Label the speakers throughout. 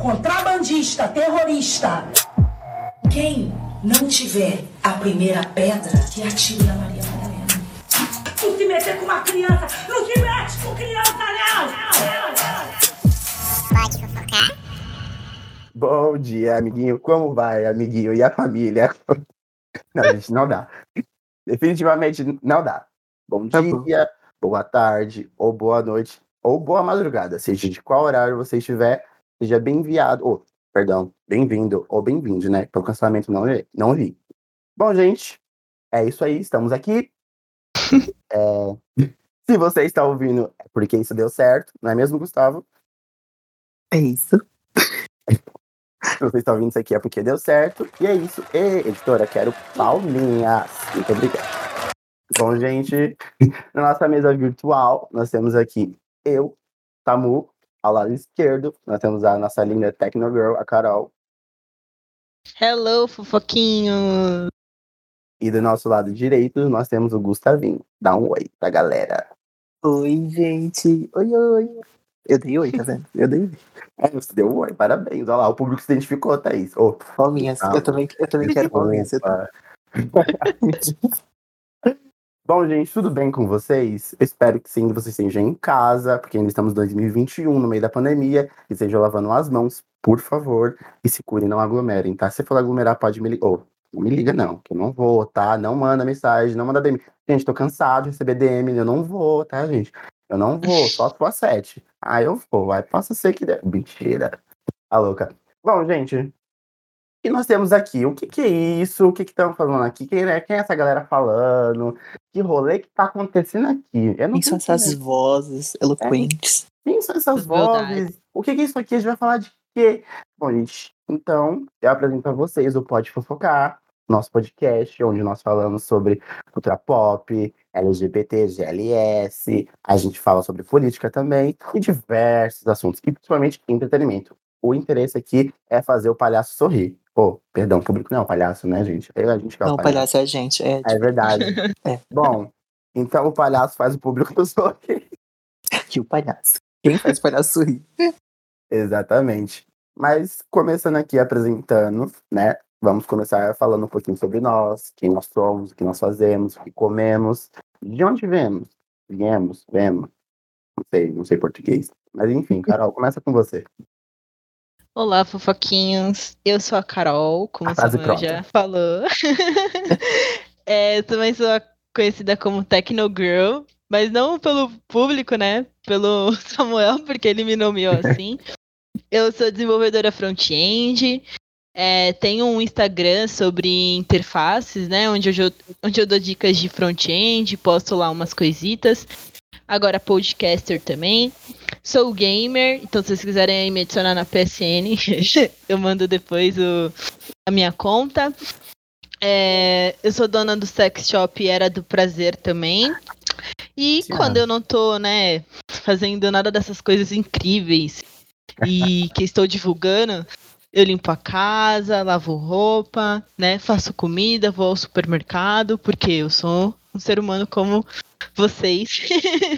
Speaker 1: Contrabandista, terrorista. Quem não tiver a primeira pedra, que atire na Maria Madalena.
Speaker 2: Não se meter com uma criança! Não se mete com criança, não! não,
Speaker 3: Pode fofocar?
Speaker 4: Bom dia, amiguinho. Como vai, amiguinho? E a família? Não, gente, não dá. Definitivamente não dá. Bom
Speaker 5: Tá bom.
Speaker 4: dia, boa tarde, ou boa noite, ou boa madrugada, seja de qual horário você estiver, seja bem-viado, ou, perdão, bem-vindo, ou bem-vindo, né? Pelo cancelamento não, li- não vi. Bom, gente, é isso aí, estamos aqui. É, se você está ouvindo, é porque isso deu certo, não é mesmo, Gustavo?
Speaker 5: É isso.
Speaker 4: Se você está ouvindo isso aqui, é porque deu certo. E é isso. E, editora, quero palminhas. Muito obrigado. Bom, gente, na nossa mesa virtual, nós temos aqui eu, Samu, ao lado esquerdo. Nós temos a nossa linda Technogirl, a Carol.
Speaker 6: Hello, fofoquinho!
Speaker 4: E do nosso lado direito, nós temos o Gustavinho. Dá um oi pra galera.
Speaker 5: Oi, gente. Oi, oi. Eu dei oi, tá vendo? Eu dei oi.
Speaker 4: É, você deu um oi, parabéns. Olha lá, o público se identificou, Thaís. Ô,
Speaker 5: Palminhas.
Speaker 4: Ah.
Speaker 5: Eu também, eu também quero palminhas. Eu-
Speaker 4: Opa. Bom, gente, tudo bem com vocês? Eu espero que sim, vocês estejam em casa, porque ainda estamos em 2021, no meio da pandemia, e estejam lavando as mãos, por favor, e se curem, não aglomerem, tá? Se for aglomerar, pode me ligar. Ô, não me liga, não, que eu não vou, tá? Não manda mensagem, não manda DM. Gente, tô cansado de receber DM, eu não vou, tá, gente? Eu não vou, só se for às sete. Ah, eu vou, aí possa ser que... dê. Mentira. Tá louca. Bom, gente, e nós temos aqui, o que que é isso? O que que estamos falando aqui? Quem é, quem é essa galera falando? Que rolê que tá acontecendo aqui? Eu não
Speaker 5: Quem são
Speaker 4: tô
Speaker 5: essas
Speaker 4: entendendo.
Speaker 6: Uhum.
Speaker 5: vozes eloquentes?
Speaker 4: Quem são essas
Speaker 6: Verdade.
Speaker 4: vozes? O que que é isso aqui? A gente vai falar de quê? Bom, gente, então, eu apresento pra vocês o Pode Fofocar, nosso podcast, onde nós falamos sobre cultura pop, LGBT, GLS, a gente fala sobre política também, e diversos assuntos, e principalmente entretenimento. O interesse aqui é fazer o palhaço sorrir. Oh, perdão, público não é o palhaço, né, gente? É a gente que é o
Speaker 5: Não, palhaço é a gente. É,
Speaker 4: É verdade.
Speaker 5: É.
Speaker 4: Bom, então o palhaço faz o público sorrir.
Speaker 5: tipo, que o palhaço. Quem faz palhaço rir?
Speaker 4: Exatamente. Mas começando aqui apresentando, né? Vamos começar falando um pouquinho sobre nós, quem nós somos, o que nós fazemos, o que comemos, de onde viemos, viemos, vemos. Não sei, não sei português. Mas enfim, Carol, começa com você.
Speaker 6: Olá, fofoquinhos! Eu sou a Carol, como
Speaker 4: A
Speaker 6: a
Speaker 4: frase
Speaker 6: Samuel já falou. É, eu também sou a- conhecida como Technogirl, mas não pelo público, né? Pelo Samuel, porque ele me nomeou assim. Eu sou desenvolvedora front-end, é, tenho um Instagram sobre interfaces, né? Onde eu, jo- onde eu dou dicas de front-end, posto lá umas coisitas. Agora podcaster também. Sou gamer, então se vocês quiserem aí me adicionar na PSN, eu mando depois o- a minha conta. É, eu sou dona do sex shop Era do Prazer também. E
Speaker 4: Tiana.
Speaker 6: quando eu não tô, né, fazendo nada dessas coisas incríveis e que estou divulgando, eu limpo a casa, lavo roupa, né, faço comida, vou ao supermercado, porque eu sou um ser humano como vocês.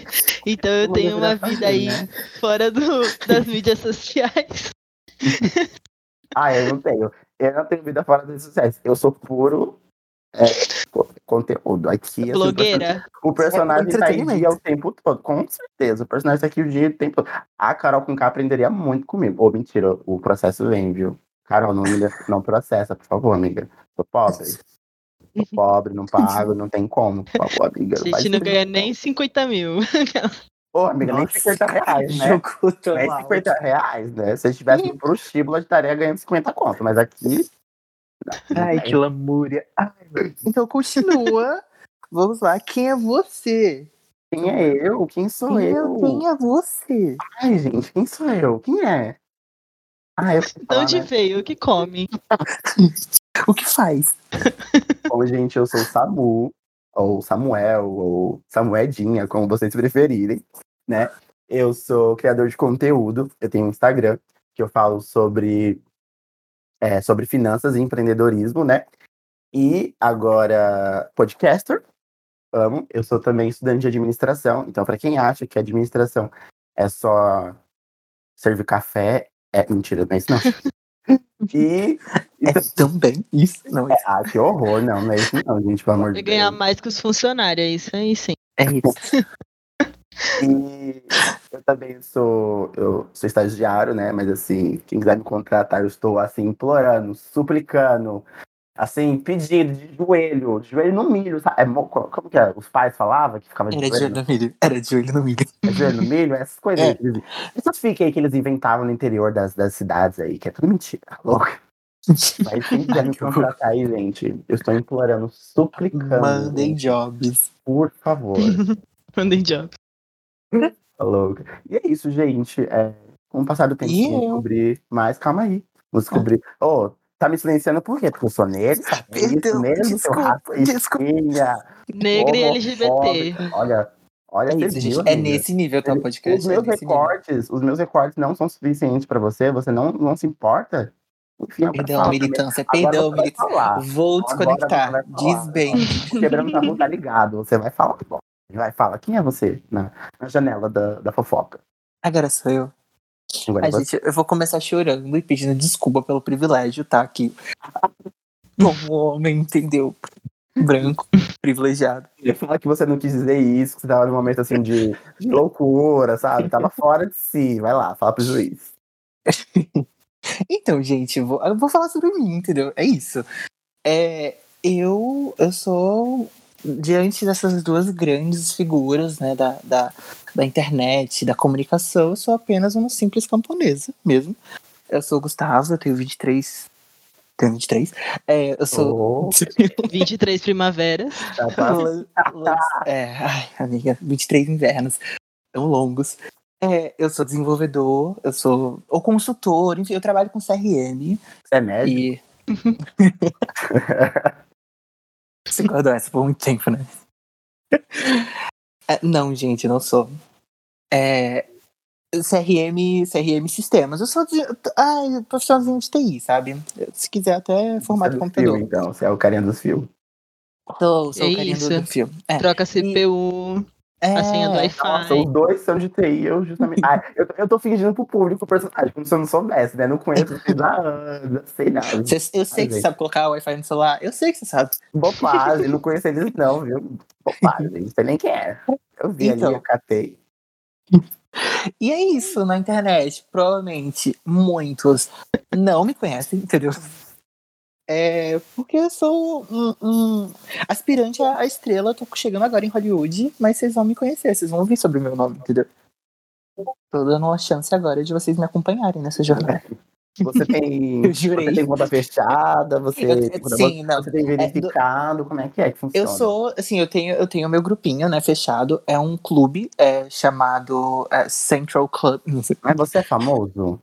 Speaker 6: então eu
Speaker 4: Vou
Speaker 6: tenho uma
Speaker 4: virar
Speaker 6: vida aí
Speaker 4: família, né?
Speaker 6: fora do- das mídias sociais.
Speaker 4: Ah, eu não tenho. Eu não tenho vida fora do sucesso. Eu sou puro é, co- conteúdo. Aqui, assim,
Speaker 6: Blogueira.
Speaker 4: O personagem
Speaker 5: É
Speaker 4: tá em
Speaker 5: entretenimento.
Speaker 4: dia o tempo todo, com certeza. O personagem tá aqui o dia o tempo todo. A Carol com K aprenderia muito comigo. Ô, mentira, o processo vem, viu? Carol, não, me dê- não processa, por favor, amiga. Tô pobre. Tô pobre, não pago, não tem como. Por Tá favor, amiga.
Speaker 6: A
Speaker 4: vai
Speaker 6: gente não
Speaker 4: se-
Speaker 6: ganha nem 50 mil.
Speaker 4: Ô, amiga, nem
Speaker 5: Nossa,
Speaker 4: 50 reais, né?
Speaker 5: Jogou tão
Speaker 4: Nem
Speaker 5: alto.
Speaker 4: 50 reais, né? Se eu estivesse no prostíbulo, eu estaria ganhando 50 conto. Mas aqui...
Speaker 5: Ai, que lamúria. Ai, então continua. Vamos lá. Quem é você?
Speaker 4: Quem é eu? Quem sou
Speaker 5: Quem é-
Speaker 4: eu?
Speaker 5: Quem é você?
Speaker 4: Ai, gente, quem sou eu? Quem é? Ah, eu sei
Speaker 6: De
Speaker 4: lá,
Speaker 6: onde
Speaker 4: né?
Speaker 6: veio? O que come?
Speaker 5: O que faz?
Speaker 4: Bom, gente, eu sou o Samu, ou Samuel, ou Samuedinha, como vocês preferirem, né? Eu sou criador de conteúdo, eu tenho um Instagram que eu falo sobre, é, sobre finanças e empreendedorismo, né? E agora, podcaster, amo. Eu sou também estudante de administração, então para quem acha que administração é só servir café É, mentira, não é isso não. E.
Speaker 5: É também isso, não.
Speaker 4: É, ah, que horror, não, não é isso não, gente, pelo amor de
Speaker 6: Vai
Speaker 4: Deus.
Speaker 6: ganhar mais que os funcionários, é isso aí sim.
Speaker 5: É isso.
Speaker 4: E eu também sou, eu sou estagiário, né? Mas assim, quem quiser me contratar, eu estou assim, implorando, suplicando, assim, pedindo de joelho, de joelho no milho, sabe? É mo- co- como que é? Os pais falavam que ficava de
Speaker 5: Era de
Speaker 4: joelho,
Speaker 5: olho no milho. Era de olho no milho.
Speaker 4: é joelho no milho, essas coisas.
Speaker 5: É.
Speaker 4: aí que eles- Essas fica aí que eles inventavam no interior das, das cidades aí, que é tudo mentira, tá louca. Mas quem quiser me contratar aí, gente, eu estou implorando, suplicando, é
Speaker 5: Mandem jobs.
Speaker 4: por favor.
Speaker 6: Mandei job.
Speaker 4: Tá louca. E é isso, gente. É, com o passar do tempo,
Speaker 5: E
Speaker 4: vamos
Speaker 5: eu?
Speaker 4: descobrir mais. Calma aí. Vamos descobrir. Ô, tá me silenciando por quê? Porque eu sou negro, sabe?
Speaker 5: Ah, Perdão,
Speaker 4: mesmo, seu
Speaker 5: desculpa, desculpa.
Speaker 4: racistinha.
Speaker 6: Negro e
Speaker 4: Homofóbico.
Speaker 6: LGBT.
Speaker 4: Olha, olha
Speaker 5: É
Speaker 4: você
Speaker 5: isso, gente.
Speaker 4: viu,
Speaker 5: É
Speaker 4: amiga?
Speaker 5: nesse nível, tá? O podcast.
Speaker 4: Os
Speaker 5: é
Speaker 4: meus
Speaker 5: nesse nível.
Speaker 4: recortes, os meus recortes não são suficientes pra você? Você não, não se importa? Enfim, agora
Speaker 5: Perdão,
Speaker 4: fala
Speaker 5: militância.
Speaker 4: também. Agora
Speaker 5: Perdão,
Speaker 4: você vai
Speaker 5: militância.
Speaker 4: falar.
Speaker 5: Vou
Speaker 4: Agora
Speaker 5: desconectar.
Speaker 4: você vai falar.
Speaker 5: Diz bem.
Speaker 4: O Quebrando o tabu tá ligado. Você vai falar. Bom, vai falar. Quem é você na, na janela da, da fofoca?
Speaker 5: Agora sou eu.
Speaker 4: Agora
Speaker 5: Ai,
Speaker 4: é você.
Speaker 5: gente, eu vou começar chorando e pedindo desculpa pelo privilégio, tá? Aqui. Como homem, entendeu? Branco, privilegiado.
Speaker 4: Eu falar que você não quis dizer isso, que você tava num momento assim de, de loucura, sabe? Tava fora de si. Vai lá, fala pro juiz.
Speaker 5: Então, gente, eu vou, eu vou falar sobre mim, entendeu? É isso. É, eu, eu sou, diante dessas duas grandes figuras, né, da, da, da internet, da comunicação, eu sou apenas uma simples camponesa mesmo. Eu sou o Gustavo, eu tenho 23. Tenho 23? É, eu sou.
Speaker 4: Oh,
Speaker 6: 23 primaveras.
Speaker 4: tá, tá.
Speaker 5: Lan- lan- É, ai, amiga, 23 invernos tão longos. É, eu sou desenvolvedor, eu sou ou consultor, enfim, eu trabalho com CRM
Speaker 4: Você é médico?
Speaker 5: e. Você guardou essa por muito tempo, né? É, não, gente, não sou. É, CRM, CRM Sistemas. Eu sou de, ai, profissionalzinho de TI, sabe? Se quiser até formato
Speaker 4: Você é do
Speaker 5: computador.
Speaker 4: fio, então, você é o carinha dos fios.
Speaker 5: Sou, sou
Speaker 6: É
Speaker 5: o carinha do-
Speaker 6: isso.
Speaker 5: do filme. É,
Speaker 6: Troca CPU,
Speaker 5: é,
Speaker 6: a senha do
Speaker 4: Nossa,
Speaker 6: Wi-Fi.
Speaker 4: os dois são de TI, eu justamente. Ah, eu, eu tô fingindo pro público o personagem, como se eu não soubesse, né? Não conheço vocês há anos, sei nada.
Speaker 5: Cês- eu sei que
Speaker 4: Ai,
Speaker 5: você sabe colocar o Wi-Fi no celular. Eu sei que você sabe.
Speaker 4: Bobagem, não conheço eles, não, viu? Bobagem, não sei nem quem é. Eu vi
Speaker 5: Então.
Speaker 4: ali, eu catei.
Speaker 5: E é isso na internet. Provavelmente muitos não me conhecem, entendeu? É porque eu sou um, um aspirante à à estrela. Eu Tô chegando agora em Hollywood, mas vocês vão me conhecer. Vocês vão ouvir sobre o meu nome, entendeu? Tô dando uma chance agora de vocês me acompanharem nessa jornada.
Speaker 4: Você tem.
Speaker 5: Eu jurei.
Speaker 4: Você tem conta fechada, você.
Speaker 5: Eu- eu- sim, não.
Speaker 4: Então, Você
Speaker 6: É,
Speaker 4: tem verificado, como é que é que funciona?
Speaker 5: Eu sou, assim, eu tenho, eu tenho meu grupinho, né, fechado. É um clube é, chamado é, Central Club. Não sei.
Speaker 4: Mas você é famoso?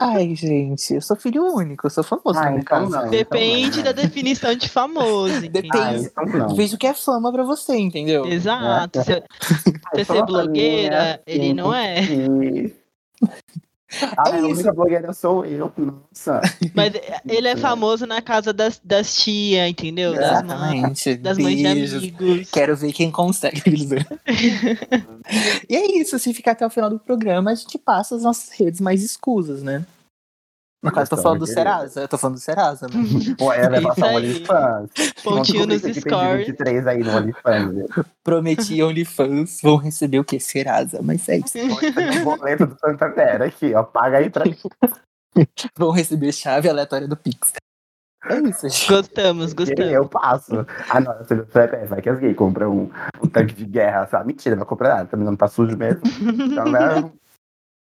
Speaker 5: Ai, gente, eu sou filho único, eu sou famoso. né?
Speaker 4: Ah,
Speaker 5: na minha
Speaker 4: então
Speaker 5: casa.
Speaker 4: não.
Speaker 6: Depende
Speaker 4: então
Speaker 6: da definição de famoso. entendeu?
Speaker 5: Depende.
Speaker 4: Ah, então não.
Speaker 5: Veja o que é fama pra você, entendeu?
Speaker 6: Exato. Se eu- se
Speaker 4: Fala
Speaker 6: eu ser
Speaker 4: pra mim,
Speaker 6: blogueira,
Speaker 4: né?
Speaker 6: ele não é.
Speaker 4: E- Ah,
Speaker 5: É
Speaker 4: a
Speaker 5: isso.
Speaker 4: única blogueira sou eu. Nossa.
Speaker 6: Mas ele é
Speaker 4: Sim.
Speaker 6: famoso na casa das, das tia, entendeu? Das mães.
Speaker 5: Exatamente.
Speaker 6: Das mães de
Speaker 5: Beijos.
Speaker 6: amigos.
Speaker 5: Quero ver quem consegue. e é isso, se ficar até o final do programa, a gente passa as nossas redes mais escusas, né? No caso, eu tô
Speaker 4: Então,
Speaker 5: falando do
Speaker 4: beleza.
Speaker 5: Serasa. Eu tô falando do Serasa, né?
Speaker 4: Pô, ela é pra
Speaker 6: Isso
Speaker 4: falar
Speaker 6: aí.
Speaker 4: OnlyFans.
Speaker 6: Pontinho
Speaker 4: Vamos
Speaker 6: nos
Speaker 4: descobrir se tem um
Speaker 6: stories.
Speaker 4: 23 aí no OnlyFans.
Speaker 5: Prometi OnlyFans, vão receber o quê? Serasa, mas é isso.
Speaker 4: Tem um boleto do Santander aqui, ó. Paga aí pra mim.
Speaker 5: Vão receber chave aleatória do Pix. É isso, gente.
Speaker 6: Gostamos,
Speaker 4: porque
Speaker 6: gostamos.
Speaker 4: Eu passo. Ah, não. Você vai- vai que as gays compram um, um tanque de guerra, sabe? Mentira, não vai comprar nada. Também não tá sujo mesmo. Então não é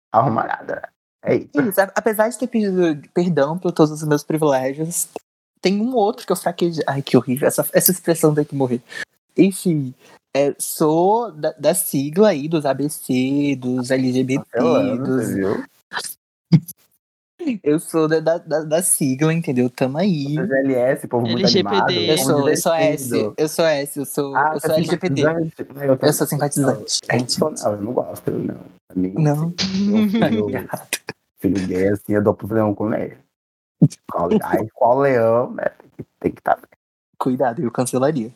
Speaker 4: arrumar nada. É isso.
Speaker 5: Isso, a- apesar de ter pedido perdão por todos os meus privilégios, tem um outro que eu fraquejei. Ai, que horrível. Essa, essa expressão tem que morrer. Enfim, é, sou da, da sigla aí dos ABC, dos LGBT,
Speaker 4: Cancelando,
Speaker 5: dos
Speaker 4: você viu?
Speaker 5: Eu sou da, da, da- da sigla, entendeu? Tamo aí.
Speaker 4: GLS, povo muito
Speaker 6: LGPD.
Speaker 4: animado.
Speaker 5: Eu
Speaker 4: povo
Speaker 5: sou, eu sou S,
Speaker 4: divertido.
Speaker 5: eu sou S, eu sou,
Speaker 4: Ah,
Speaker 5: eu
Speaker 4: tá
Speaker 5: sou LGBT.
Speaker 4: simpatizante? Não, Eu, tô-
Speaker 5: Eu sou simpatizante.
Speaker 4: Eu é não sou, não, eu não gosto, eu não. Pra mim,
Speaker 5: Não.
Speaker 4: eu filho, filho gay, assim, eu dou pro leão Tipo, com ele. Qual, aí, qual leão, né? Tem que estar
Speaker 5: Cuidado, eu cancelaria.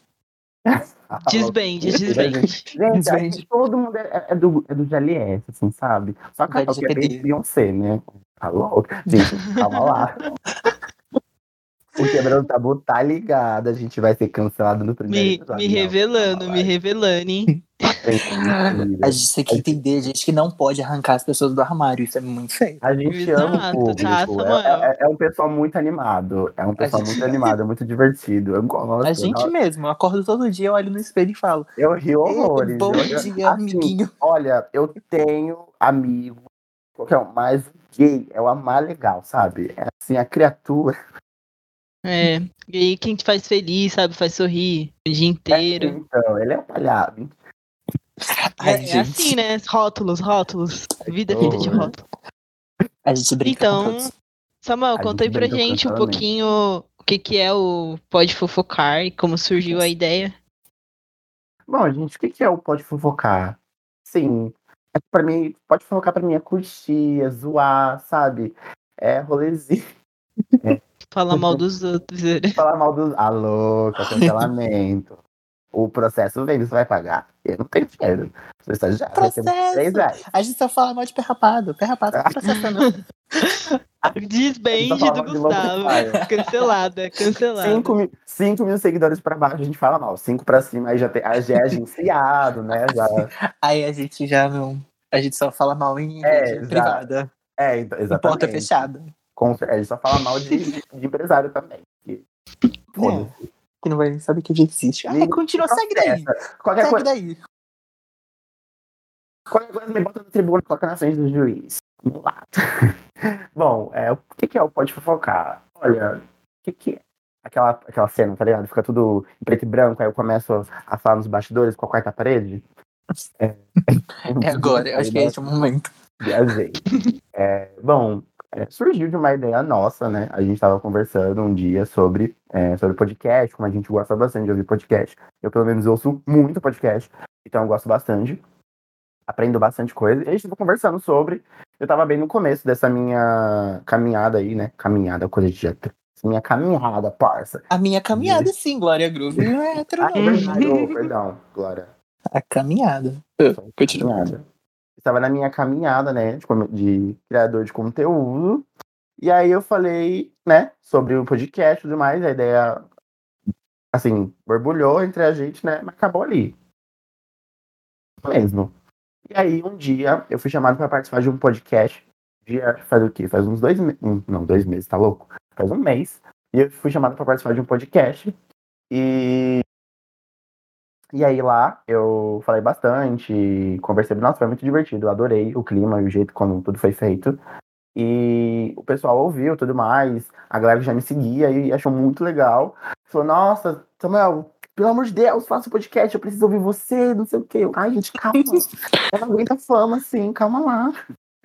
Speaker 4: tá
Speaker 6: Desbende, desbende.
Speaker 4: Gente,
Speaker 5: Desvende.
Speaker 4: acho que todo mundo é, é do, é do GLS, assim, sabe? Só a
Speaker 5: Vai
Speaker 4: Carol que é
Speaker 5: GPD.
Speaker 4: bem Beyoncé, né? Tá louco? Gente, calma lá. O quebrando tabu tá ligado, a gente vai ser cancelado no primeiro
Speaker 6: Me, me
Speaker 4: episódio. Não,
Speaker 6: revelando,
Speaker 4: calma
Speaker 6: me
Speaker 4: lá.
Speaker 6: revelando, hein?
Speaker 5: A gente tem que entender, gente, que não pode arrancar as pessoas do armário. Isso é muito feio.
Speaker 4: A gente
Speaker 6: Exato,
Speaker 4: ama o público.
Speaker 6: tá, Samuel?
Speaker 4: é, é- é um pessoal muito animado. É um pessoal
Speaker 5: gente-
Speaker 4: muito animado, é muito divertido. Eu gosto.
Speaker 5: A gente mesmo, eu acordo todo dia, eu olho no espelho e falo:
Speaker 4: Eu rio horrores.
Speaker 5: "Ei, Bom
Speaker 4: eu- eu-
Speaker 5: dia,
Speaker 4: assim,
Speaker 5: amiguinho.
Speaker 4: Olha, eu tenho amigo, qualquer um, mas gay é o amar legal, sabe? É assim, a criatura.
Speaker 6: É. E aí quem te faz feliz, sabe? Faz sorrir o dia inteiro.
Speaker 4: Então, ele é um palhado.
Speaker 6: É,
Speaker 5: Ai,
Speaker 6: é
Speaker 5: gente,
Speaker 6: assim, né? Rótulos, rótulos. Vida é feita de
Speaker 4: horror.
Speaker 6: rótulos.
Speaker 5: a gente brinca
Speaker 6: Então,
Speaker 5: com todos.
Speaker 6: Samuel,
Speaker 4: A
Speaker 6: conta aí
Speaker 4: gente
Speaker 6: pra
Speaker 4: brinca com
Speaker 6: gente um
Speaker 4: cancelamento.
Speaker 6: pouquinho o que, que é o Pode Fofocar e como surgiu a ideia.
Speaker 4: Bom, gente, o que que é o pode fofocar? Sim, é pra mim, pode fofocar pra mim é curtir, é zoar, sabe? É rolezinho,
Speaker 6: Falar mal dos outros.
Speaker 4: falar mal dos. Ah, louca, cancelamento. o processo vem, você vai pagar. Eu não tenho dinheiro. Você está já recebendo três
Speaker 5: Processo.
Speaker 4: reais.
Speaker 5: A gente só fala mal de perrapado. Perrapado tá processando.
Speaker 6: Desbende
Speaker 4: Eu só falava
Speaker 6: do
Speaker 4: tá de lobo
Speaker 6: Gustavo.
Speaker 4: Maia.
Speaker 6: Cancelada, cancelada.
Speaker 4: 5 mil, cinco mil seguidores pra baixo a gente fala mal. 5 pra cima aí já, tem, aí já é agenciado, né? Já,
Speaker 5: Aí a gente já não. A gente só fala mal em
Speaker 4: É,
Speaker 5: rede
Speaker 4: exato.
Speaker 5: privada.
Speaker 4: é, então,
Speaker 5: em Porta
Speaker 4: exatamente.
Speaker 5: fechada.
Speaker 4: Com, é, a gente só fala mal de, de- de empresário também. E- Foda-se.
Speaker 5: Né? Que não vai nem saber que a gente existe. Ah,
Speaker 4: E-
Speaker 5: continua, segue daí.
Speaker 4: Qualquer,
Speaker 5: Segue
Speaker 4: coisa,
Speaker 5: daí.
Speaker 4: qualquer coisa me bota no tribunal, coloca na frente do juiz. Vamos lá. Bom, é, o que, que é o Pode Fofocar? Olha, o que, que é? Aquela, aquela cena, tá ligado? Fica tudo em preto e branco, aí eu começo a falar nos bastidores com a quarta parede. É,
Speaker 5: É agora, eu acho que é esse o momento.
Speaker 4: Viajei. É, bom, é, surgiu de uma ideia nossa, né? A gente estava conversando um dia sobre, é, sobre podcast, como a gente gosta bastante de ouvir podcast. Eu, pelo menos, ouço muito podcast, então eu gosto bastante. Aprendo bastante coisa. E a gente estava conversando sobre. Eu estava bem no começo dessa minha caminhada aí, né? Caminhada, coisa de jeito. Minha caminhada, parça.
Speaker 5: A minha caminhada, sim, Glória Groove. Não é hétero,
Speaker 4: Ah, é
Speaker 5: não.
Speaker 4: verdade, Ah, ô, perdão, Glória.
Speaker 5: A caminhada. Continua.
Speaker 4: Nada. Estava na minha caminhada, né, de, come- de criador de conteúdo. E aí eu falei, né, sobre o podcast e tudo mais. A ideia, assim, borbulhou entre a gente, né, mas acabou ali. Mesmo. E aí um dia eu fui chamado para participar de um podcast. Dia, faz o quê? Faz uns dois meses. Não, dois meses, tá louco? Faz um mês. E eu fui chamado para participar de um podcast. E e aí lá eu falei bastante, conversei, nossa, foi muito divertido, eu adorei o clima e o jeito como tudo foi feito. E o pessoal ouviu tudo mais, a galera que já me seguia e achou muito legal. Falou, nossa, Samuel, pelo amor de Deus, faça um podcast, eu preciso ouvir você, não sei o quê. Eu, Ai, gente, calma. Eu não aguento a fama, assim, calma lá.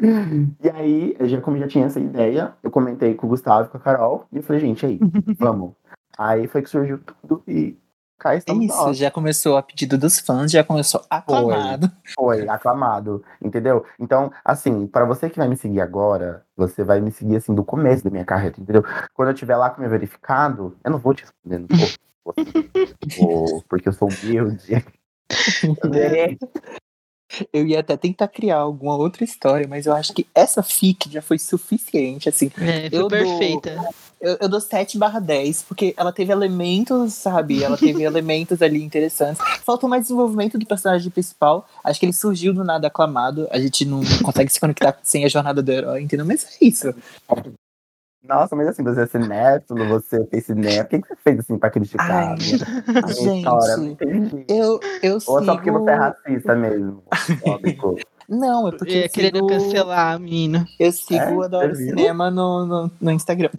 Speaker 4: E aí, eu já, como já tinha essa ideia, eu comentei com o Gustavo e com a Carol, e eu falei, gente, aí, vamos. aí foi que surgiu tudo e cá
Speaker 5: É
Speaker 4: estamos nós.
Speaker 5: isso, já começou a pedido dos fãs, já começou aclamado. É.
Speaker 4: Foi, aclamado, entendeu? Então, assim, pra você que vai me seguir agora, você vai me seguir assim do começo da minha carreira, entendeu? Quando eu tiver lá com meu verificado, eu não vou te responder, não vou. Vou, vou, porque eu sou humilde. Né?
Speaker 5: É. Eu ia até tentar criar alguma outra história, mas eu acho que essa fic já foi suficiente, assim.
Speaker 6: É, foi
Speaker 5: Eu dou-
Speaker 6: perfeita.
Speaker 5: Eu, eu dou 7 barra 10, porque ela teve elementos, sabe? Ela teve elementos ali interessantes. Faltou mais desenvolvimento do personagem principal. Acho que ele surgiu do nada aclamado. A gente não consegue se conectar sem a jornada do herói, entendeu? Mas é isso.
Speaker 4: Nossa, mas assim, você é cinéfilo, você fez cinema, o que que você fez assim pra criticar?
Speaker 5: Ai,
Speaker 4: A
Speaker 5: gente.
Speaker 4: história, não entendi.
Speaker 5: Eu, eu
Speaker 4: Ah, Ou
Speaker 5: sigo...
Speaker 4: só porque você é racista mesmo. homofóbico.
Speaker 5: Não, é porque
Speaker 6: É,
Speaker 5: eu
Speaker 6: querendo
Speaker 5: sigo,
Speaker 6: cancelar, menino.
Speaker 5: eu sigo
Speaker 4: É?
Speaker 5: Adoro
Speaker 4: Você viu?
Speaker 5: Cinema no, no, no Instagram.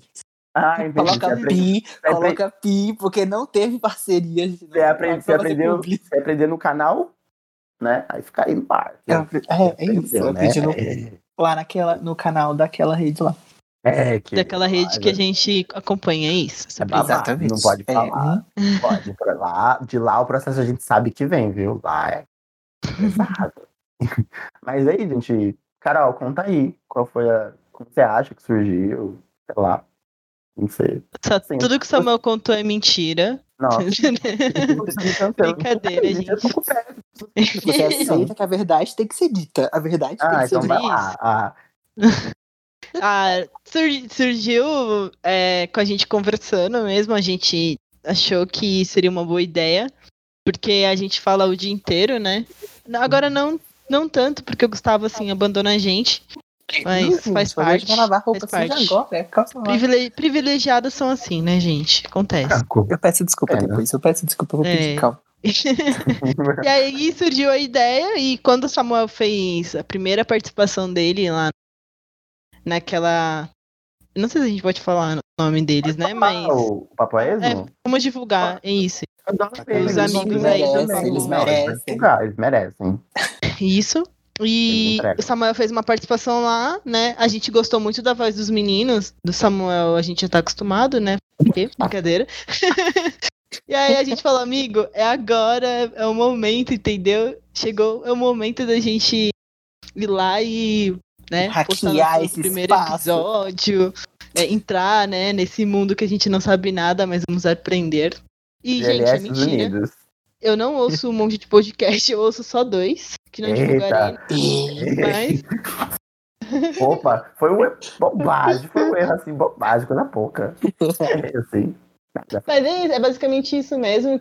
Speaker 4: Ah, entendi. Você
Speaker 5: Coloca
Speaker 4: aprende-
Speaker 5: pi,
Speaker 4: aprende-
Speaker 5: coloca pi, porque não teve parceria. gente.
Speaker 4: Você aprende- você
Speaker 5: Pra fazer
Speaker 4: aprendeu?
Speaker 5: publi.
Speaker 4: você aprender no canal, né? Aí fica aí no parque.
Speaker 5: Eu aprendi- É, é isso. Eu
Speaker 4: Entendeu,
Speaker 5: aprendi
Speaker 4: né?
Speaker 5: no- lá naquela, no canal daquela rede lá.
Speaker 4: É, que
Speaker 6: Daquela rede que a gente acompanha é isso.
Speaker 4: É
Speaker 6: sobre
Speaker 4: babado,
Speaker 6: isso.
Speaker 5: Exatamente.
Speaker 4: Não pode
Speaker 5: É,
Speaker 4: falar. Não pode. Pra lá, de lá o processo a gente sabe que vem, viu? Lá é pesado. Mas aí, gente, Carol, conta aí. Qual foi a. Como você acha que surgiu? Sei lá. Não sei.
Speaker 6: Só
Speaker 4: Sim. Então.
Speaker 6: tudo que o Samuel contou é mentira.
Speaker 4: Nossa, não precisa me cancela.
Speaker 6: Brincadeira,
Speaker 4: Ai, É
Speaker 6: gente.
Speaker 4: pouco perto.
Speaker 5: Você aceita que a verdade tem que ser dita. A verdade tem
Speaker 4: assim. Ah,
Speaker 5: que ser
Speaker 4: então
Speaker 5: dita.
Speaker 4: vai lá. Ah,
Speaker 6: Ah, sur- surgiu é, com a gente conversando mesmo, a gente achou que seria uma boa ideia, porque a gente fala o dia inteiro, né? N- Agora não, não tanto, porque o Gustavo, assim, abandona a gente, mas
Speaker 5: Enfim,
Speaker 6: faz
Speaker 5: só deixa
Speaker 6: parte.
Speaker 5: eu lavar a roupa
Speaker 6: faz
Speaker 5: suja
Speaker 6: parte.
Speaker 5: agora, é, calça lá.
Speaker 6: Privile- privilegiados são assim, né, gente? Acontece.
Speaker 5: Eu peço desculpa
Speaker 4: É, né?
Speaker 5: depois, eu peço desculpa, eu vou pedir
Speaker 6: É.
Speaker 5: calma.
Speaker 6: E aí surgiu a ideia, e quando o Samuel fez a primeira participação dele lá naquela. Não sei se a gente pode falar o nome deles, né? Mas.
Speaker 4: o papo é
Speaker 6: É,
Speaker 4: esmo?
Speaker 6: vamos divulgar, é isso.
Speaker 4: Adoro
Speaker 6: Os amigos aí
Speaker 4: merecem, eles
Speaker 6: também. Eles
Speaker 4: merecem.
Speaker 5: merecem.
Speaker 4: Não, Eles merecem.
Speaker 6: Isso.
Speaker 4: Eles
Speaker 6: E
Speaker 4: entregam.
Speaker 6: o Samuel fez uma participação lá, né? A gente gostou muito da voz dos meninos. Do Samuel a gente já tá acostumado, né? Porque, brincadeira. e aí a gente falou, amigo, é agora, é o momento, entendeu? Chegou, é o momento da gente ir lá e, né,
Speaker 5: Hackear
Speaker 6: postar nosso
Speaker 5: esse
Speaker 6: primeiro
Speaker 5: espaço.
Speaker 6: episódio. é, entrar, né, nesse mundo que a gente não sabe nada, mas vamos aprender. E, gente, é
Speaker 4: GLS dos
Speaker 6: mentira.
Speaker 4: Unidos.
Speaker 6: Eu não ouço um monte de podcast, eu ouço só dois, que não
Speaker 4: Eita.
Speaker 6: divulgarei
Speaker 5: E-
Speaker 6: mais.
Speaker 4: Opa, foi um erro bobagem, foi um erro assim, bobagem, coisa pouca. É assim.
Speaker 6: Mas é, isso, é basicamente isso mesmo.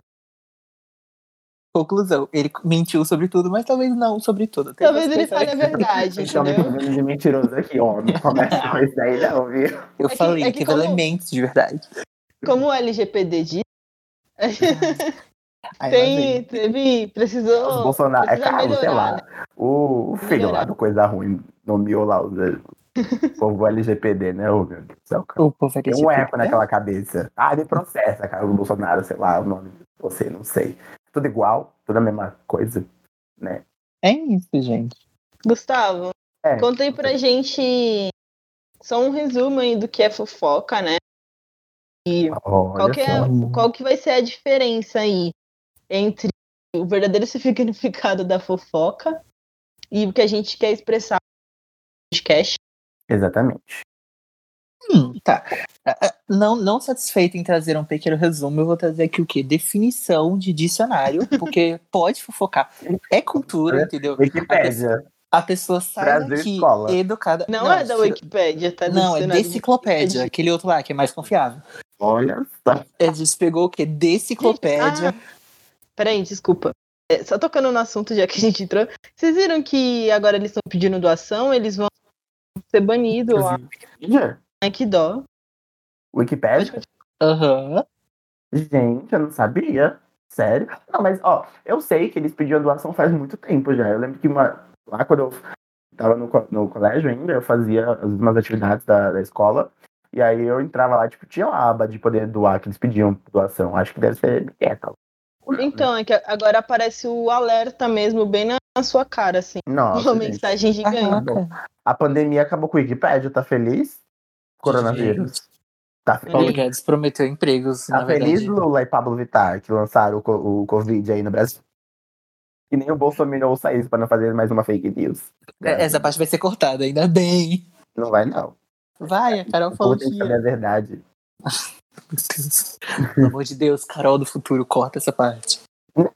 Speaker 5: Conclusão, ele mentiu sobre tudo, mas talvez não sobre tudo. Tem
Speaker 6: Talvez
Speaker 5: umas
Speaker 6: ele
Speaker 5: coisas
Speaker 6: fale a verdade,
Speaker 4: Vocês estão me
Speaker 6: entendeu?
Speaker 4: chamando de mentiroso aqui, ó. Não começa com isso daí, não, viu?
Speaker 5: aí. Eu
Speaker 6: É que-
Speaker 5: falei,
Speaker 6: é que
Speaker 5: teve
Speaker 6: como-
Speaker 5: elementos de verdade.
Speaker 6: Como o LGPD diz,
Speaker 5: Aí lá vem.
Speaker 6: tem, teve,
Speaker 4: Ah, Os
Speaker 6: precisou.
Speaker 4: Bolsonaro, é
Speaker 6: precisa
Speaker 4: Carlos, sei
Speaker 6: melhorar, né?
Speaker 4: lá. O filho lá
Speaker 6: Melhorar.
Speaker 4: do Coisa Ruim nomeou lá os- o povo LGPD, né? Ô, meu Deus do céu, cara.
Speaker 5: O povo é
Speaker 4: Tem um
Speaker 5: LGBT.
Speaker 4: eco naquela cabeça. Ah, me processa, cara, o Bolsonaro, sei lá, o nome de você, não sei. Tudo igual, tudo a mesma coisa.
Speaker 5: É isso, gente.
Speaker 6: Gustavo,
Speaker 4: É.
Speaker 6: conta aí pra gente só um resumo aí do que é fofoca, né? E
Speaker 4: Olha
Speaker 6: qual que, é-
Speaker 4: só.
Speaker 6: qual que vai ser a diferença aí entre o verdadeiro significado da fofoca e o que a gente quer expressar no podcast? um.
Speaker 4: Exatamente.
Speaker 5: Hum, tá. Ah, ah, Não, não satisfeito em trazer um pequeno resumo, eu vou trazer aqui o quê? Definição de dicionário, porque pode fofocar. É cultura, entendeu?
Speaker 4: Wikipédia.
Speaker 5: A pessoa sai
Speaker 4: Brasil
Speaker 5: daqui
Speaker 4: escola.
Speaker 5: educada.
Speaker 6: Não, é da
Speaker 5: tira-
Speaker 6: Wikipédia, tá? Do
Speaker 5: Não, é
Speaker 6: dicionário de
Speaker 5: deciclopédia, aquele outro lá que é mais confiável.
Speaker 4: Olha só.
Speaker 5: A gente pegou o quê? Deciclopédia.
Speaker 6: Ah, Peraí, desculpa. É, só tocando no assunto, já que a gente entrou. Vocês viram que agora eles estão pedindo doação, eles vão ser banidos lá.
Speaker 4: Wikipédia?
Speaker 6: Ai, que dó.
Speaker 4: Wikipédia?
Speaker 6: Ah.
Speaker 5: Aham.
Speaker 4: Gente, eu não sabia. Sério. Não, mas, ó, eu sei que eles pediam doação faz muito tempo já. Eu lembro que uma- lá quando eu tava no, co- no colégio ainda, eu fazia as últimas atividades da, da escola. E aí eu entrava lá, tipo, tinha uma aba de poder doar, que eles pediam doação. Acho que deve ser é, tal.
Speaker 6: Então, é que agora aparece o alerta mesmo, bem na, na sua cara, assim.
Speaker 4: Nossa,
Speaker 6: Uma
Speaker 4: gente.
Speaker 6: mensagem gigante.
Speaker 5: Caraca.
Speaker 4: A pandemia acabou com o Wikipedia, tá feliz? Coronavírus. Tá feliz.
Speaker 5: Paulo Guedes prometeu empregos, na
Speaker 4: Tá feliz
Speaker 5: verdade.
Speaker 4: Lula e Pablo Vittar que lançaram o, co- o Covid aí no Brasil. E nem o Bolsonaro saiu pra não fazer mais uma fake news.
Speaker 5: É, Essa parte vai ser cortada, ainda bem.
Speaker 4: Não vai, não.
Speaker 5: Vai, a Carol
Speaker 4: O
Speaker 5: falou
Speaker 4: povo
Speaker 5: que.
Speaker 4: tem que saber a verdade.
Speaker 5: Meu Deus. Pelo amor de Deus, Carol do futuro, corta essa parte.
Speaker 4: Tá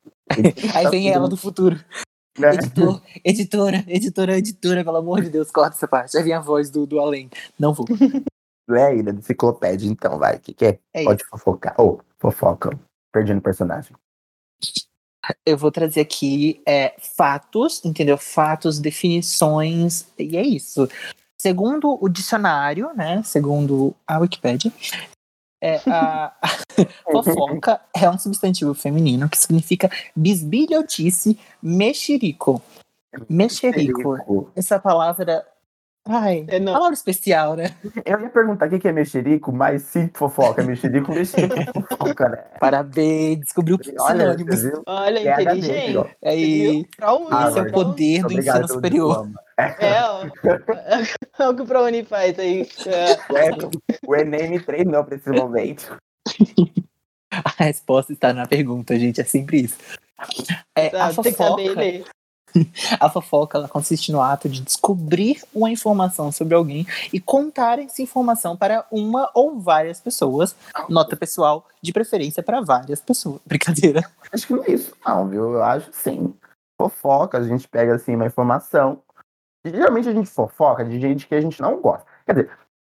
Speaker 5: Aí vem ela do futuro.
Speaker 4: Né?
Speaker 5: Editor, editora, editora, editora, pelo amor de Deus, corta essa parte. Aí vem a voz do, do além. Não vou.
Speaker 4: É aí, da enciclopédia, então, vai. O que, que é?
Speaker 5: É isso.
Speaker 4: Pode fofocar. Ou, fofoca. Perdendo personagem.
Speaker 5: Eu vou trazer aqui é, fatos, entendeu? Fatos, definições, e é isso. Segundo o dicionário, né? Segundo a Wikipédia, é, a fofoca é um substantivo feminino que significa bisbilhotice mexerico. Mexerico.
Speaker 4: Mexerico.
Speaker 5: Essa palavra. Ai,
Speaker 6: É, não.
Speaker 5: palavra especial, né?
Speaker 4: Eu ia perguntar o que, que é mexerico, mas se fofoca, é mexerico, mexerico é fofoca, né?
Speaker 5: Parabéns, descobriu que
Speaker 4: Olha, você
Speaker 5: sinônimos.
Speaker 4: viu?
Speaker 6: Olha,
Speaker 4: PhD,
Speaker 6: inteligente.
Speaker 4: ó.
Speaker 5: Aí,
Speaker 6: Pro
Speaker 4: Ah,
Speaker 5: esse é
Speaker 4: olha.
Speaker 5: o poder é do
Speaker 4: Obrigado
Speaker 5: ensino
Speaker 4: pelo
Speaker 5: superior.
Speaker 4: diploma.
Speaker 6: É, ó. É o que o ProUni faz aí. É.
Speaker 4: É, O Enem me treinou pra esse momento.
Speaker 5: A resposta está na pergunta, gente. É sempre isso. É, a
Speaker 6: Sabe, tá, tem que saber
Speaker 5: fofoca,
Speaker 6: ler.
Speaker 5: A fofoca ela consiste no ato de descobrir uma informação sobre alguém e contar essa informação para uma ou várias pessoas. Nota pessoal, de preferência para várias pessoas. Brincadeira.
Speaker 4: Acho que não é isso, não, viu? Eu acho sim. Fofoca, a gente pega assim uma informação. E, Geralmente a gente fofoca de gente que a gente não gosta. Quer dizer,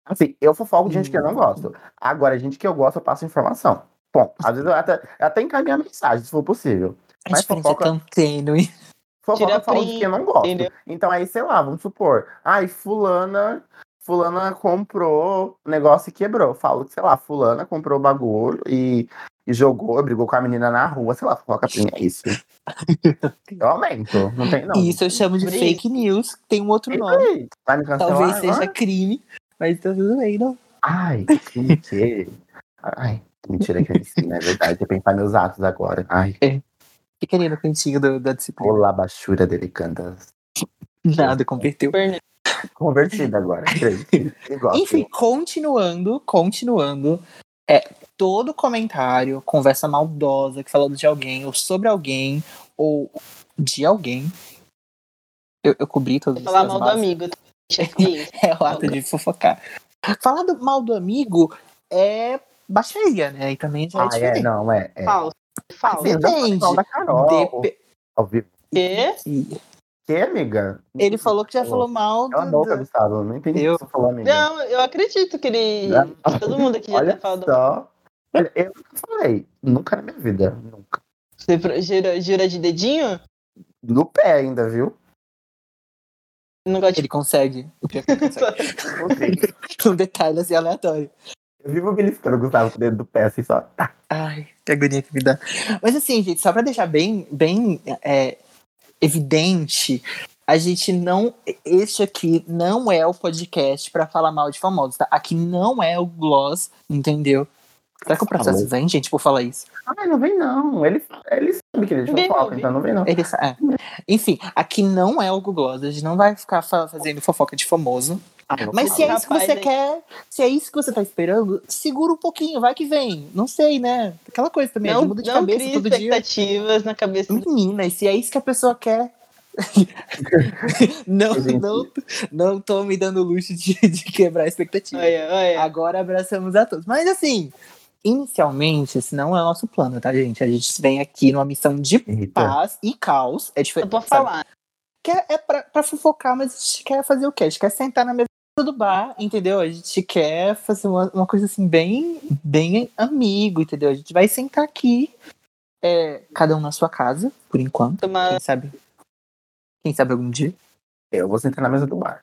Speaker 4: assim, eu fofoco de gente que eu não gosto. Agora, gente que eu gosto, eu passo informação. Bom, às vezes eu até, eu até encaminho a mensagem, se for possível.
Speaker 5: A
Speaker 4: Mas
Speaker 5: diferença
Speaker 4: fofoca-
Speaker 5: é tão tênue.
Speaker 4: Fofoca
Speaker 6: Tira
Speaker 4: eu falo de
Speaker 6: print,
Speaker 4: quem eu não gosto.
Speaker 6: entendeu?
Speaker 4: Então aí, sei lá, vamos supor. Ai, fulana. Fulana comprou negócio e quebrou. Falo que, sei lá, fulana comprou o bagulho e, e jogou, brigou com a menina na rua, sei lá, fofoca pra mim é isso. Eu aumento, não tem não.
Speaker 5: Isso eu chamo de
Speaker 6: Bri-
Speaker 5: fake news, que tem um outro
Speaker 4: E
Speaker 5: nome.
Speaker 4: aí? Vai me cancelar
Speaker 5: Talvez
Speaker 4: agora?
Speaker 5: seja crime, mas tá tudo bem, não.
Speaker 4: Ai, que que... Ai, mentira que eu disse, né? É verdade, tem que pensar meus atos agora. Ai,
Speaker 5: Fica ali no cantinho do- da disciplina.
Speaker 4: olá, baixura delicantas.
Speaker 5: Nada converteu.
Speaker 4: Convertida agora. creio. Igual.
Speaker 5: Enfim, continuando, continuando. É, todo comentário, conversa maldosa que falando de alguém, ou sobre alguém, ou de alguém. Eu, eu cobri todos
Speaker 6: Falar
Speaker 5: as
Speaker 6: mal do
Speaker 5: bases.
Speaker 6: amigo. É isso.
Speaker 5: É o ato de fofocar. Falar do mal do amigo é baixaria, né? E também já é
Speaker 4: Ah, é,
Speaker 5: diferente.
Speaker 4: não, é. é.
Speaker 6: Falso. Falso.
Speaker 4: Sim, já falei mal da Carol.
Speaker 5: Depe-
Speaker 4: Ao vivo.
Speaker 6: Quê?
Speaker 4: Que, amiga?
Speaker 5: Ele falou que já
Speaker 4: Pô,
Speaker 5: falou mal do.
Speaker 4: Cala a boca, Gustavo. Não entendi o
Speaker 5: Eu-
Speaker 4: que você falou, amiga.
Speaker 6: Não, eu acredito que ele.
Speaker 4: Não.
Speaker 6: que Todo mundo aqui já
Speaker 4: Olha
Speaker 6: tá falando.
Speaker 4: só. Eu- Eu nunca falei. Nunca na minha vida. Nunca.
Speaker 6: Você pro- jura, jura de dedinho?
Speaker 4: No pé ainda, viu?
Speaker 6: Não gosta de.
Speaker 5: Ele consegue. O pior que ele consegue.
Speaker 4: Eu
Speaker 5: um detalhe assim aleatório.
Speaker 4: vivo beliscando o Gustavo com o dedo do pé, assim, só. Tá.
Speaker 5: Ai, que agonia que me dá. Mas assim, gente, só pra deixar bem, bem é, evidente, a gente não. Este aqui não é o podcast pra falar mal de famosos, tá? Aqui não é o gloss, entendeu? Será que o processo vem, gente, por falar isso?
Speaker 4: Ai, não vem não. Ele, ele sabe que ele
Speaker 6: Ninguém
Speaker 4: é fofoca,
Speaker 6: ouve.
Speaker 4: então não vem não.
Speaker 5: Ele sa- é. Enfim, aqui não é o gloss, a gente não vai ficar fa- fazendo fofoca de famoso.
Speaker 4: Ah, não
Speaker 5: Mas se
Speaker 4: fala.
Speaker 5: é isso que
Speaker 6: Rapaz,
Speaker 5: você
Speaker 6: hein?
Speaker 5: quer, se é isso que você tá esperando, segura um pouquinho, vai que vem. Não sei, né? Aquela coisa também,
Speaker 6: Não,
Speaker 5: muda de
Speaker 6: não
Speaker 5: cabeça
Speaker 6: cria
Speaker 5: todo dia.
Speaker 6: expectativas na cabeça do
Speaker 5: Menina, e se é isso que a pessoa quer. não,
Speaker 4: Gente.
Speaker 5: não, não tô me dando luxo de, de Ah, quebrar a expectativa.
Speaker 6: Olha, olha.
Speaker 5: Agora abraçamos a todos. Mas assim, inicialmente, esse não é o nosso plano, tá, gente? A gente vem aqui numa missão de
Speaker 4: Eita.
Speaker 5: paz e caos. É
Speaker 6: Eu
Speaker 5: diferente.
Speaker 6: vou
Speaker 5: sabe?
Speaker 6: falar.
Speaker 5: quer, é pra, pra fofocar, mas a gente quer fazer o quê? A gente quer sentar na mesa do bar, entendeu? A gente quer fazer uma, uma coisa assim, bem, bem amigo, entendeu? A gente vai sentar aqui, é, cada um na sua casa, por enquanto.
Speaker 6: Tomar
Speaker 5: Quem sabe? Quem sabe algum dia?
Speaker 4: Eu vou sentar na mesa do bar.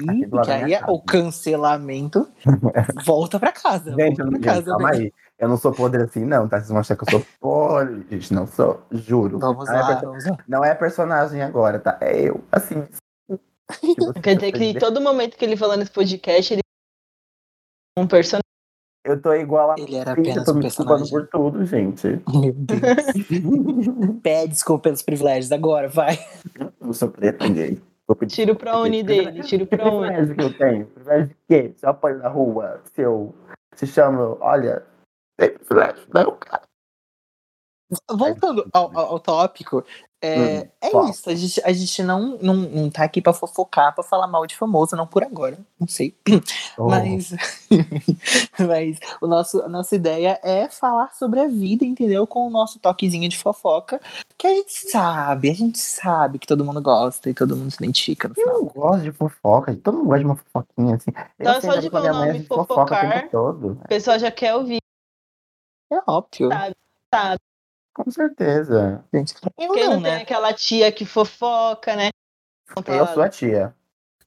Speaker 5: E
Speaker 4: do lado
Speaker 5: que
Speaker 4: da
Speaker 5: aí
Speaker 4: minha
Speaker 5: é o
Speaker 4: casa.
Speaker 5: cancelamento volta pra casa.
Speaker 4: Gente, eu
Speaker 5: volta pra
Speaker 4: não, gente,
Speaker 5: casa,
Speaker 4: calma
Speaker 5: né?
Speaker 4: aí. Eu não sou podre assim, não, tá? Vocês vão achar que eu sou podre, gente. Não sou, juro.
Speaker 5: Vamos
Speaker 4: Não é
Speaker 5: lá,
Speaker 4: perso-
Speaker 5: vamos lá.
Speaker 4: Não é personagem agora, tá? É eu, assim. tipo, que você
Speaker 6: Quer dizer que
Speaker 4: entender.
Speaker 6: todo momento que ele falou nesse podcast, ele. Um personagem.
Speaker 4: Eu tô igual a.
Speaker 5: Ele era
Speaker 4: Gente,
Speaker 5: apenas
Speaker 4: eu tô
Speaker 5: um
Speaker 4: me desculpando
Speaker 5: personagem.
Speaker 4: por tudo, gente.
Speaker 5: Meu Deus. Pede desculpa pelos privilégios agora, vai.
Speaker 4: eu sou preto, ninguém. Vou pedir
Speaker 6: Tiro pra Uni dele. Tiro
Speaker 4: Que
Speaker 6: pra Uni.
Speaker 4: privilégio que eu tenho? Privilégio de quê? Se eu apanho na rua, se eu se chamo, olha, tem privilégio. Não, cara.
Speaker 5: Voltando ao, ao- ao tópico, é, é
Speaker 4: Hum, fala.
Speaker 5: isso. A gente, a gente não, não, não tá aqui pra fofocar, pra falar mal de famoso, não por agora. Não sei. Mas, mas o nosso, a nossa ideia é falar sobre a vida, entendeu? Com o nosso toquezinho de fofoca, que a gente sabe, a gente sabe que todo mundo gosta e todo mundo se identifica no
Speaker 4: Eu
Speaker 5: final.
Speaker 4: não gosto de fofoca, todo mundo gosta de uma fofoquinha assim.
Speaker 6: Então é
Speaker 4: eu
Speaker 6: só de
Speaker 4: sempre com a minha
Speaker 6: meu
Speaker 4: mãe, a
Speaker 6: nome,
Speaker 4: gente fofoca o
Speaker 6: fofocar.
Speaker 4: tempo todo.
Speaker 6: O pessoal já quer ouvir,
Speaker 5: É óbvio.
Speaker 6: sabe? Sabe?
Speaker 4: Com certeza.
Speaker 5: Gente. Eu
Speaker 6: Porque não,
Speaker 5: não,
Speaker 6: tem
Speaker 5: né?
Speaker 6: aquela tia que fofoca, né?
Speaker 4: Eu sou a tia.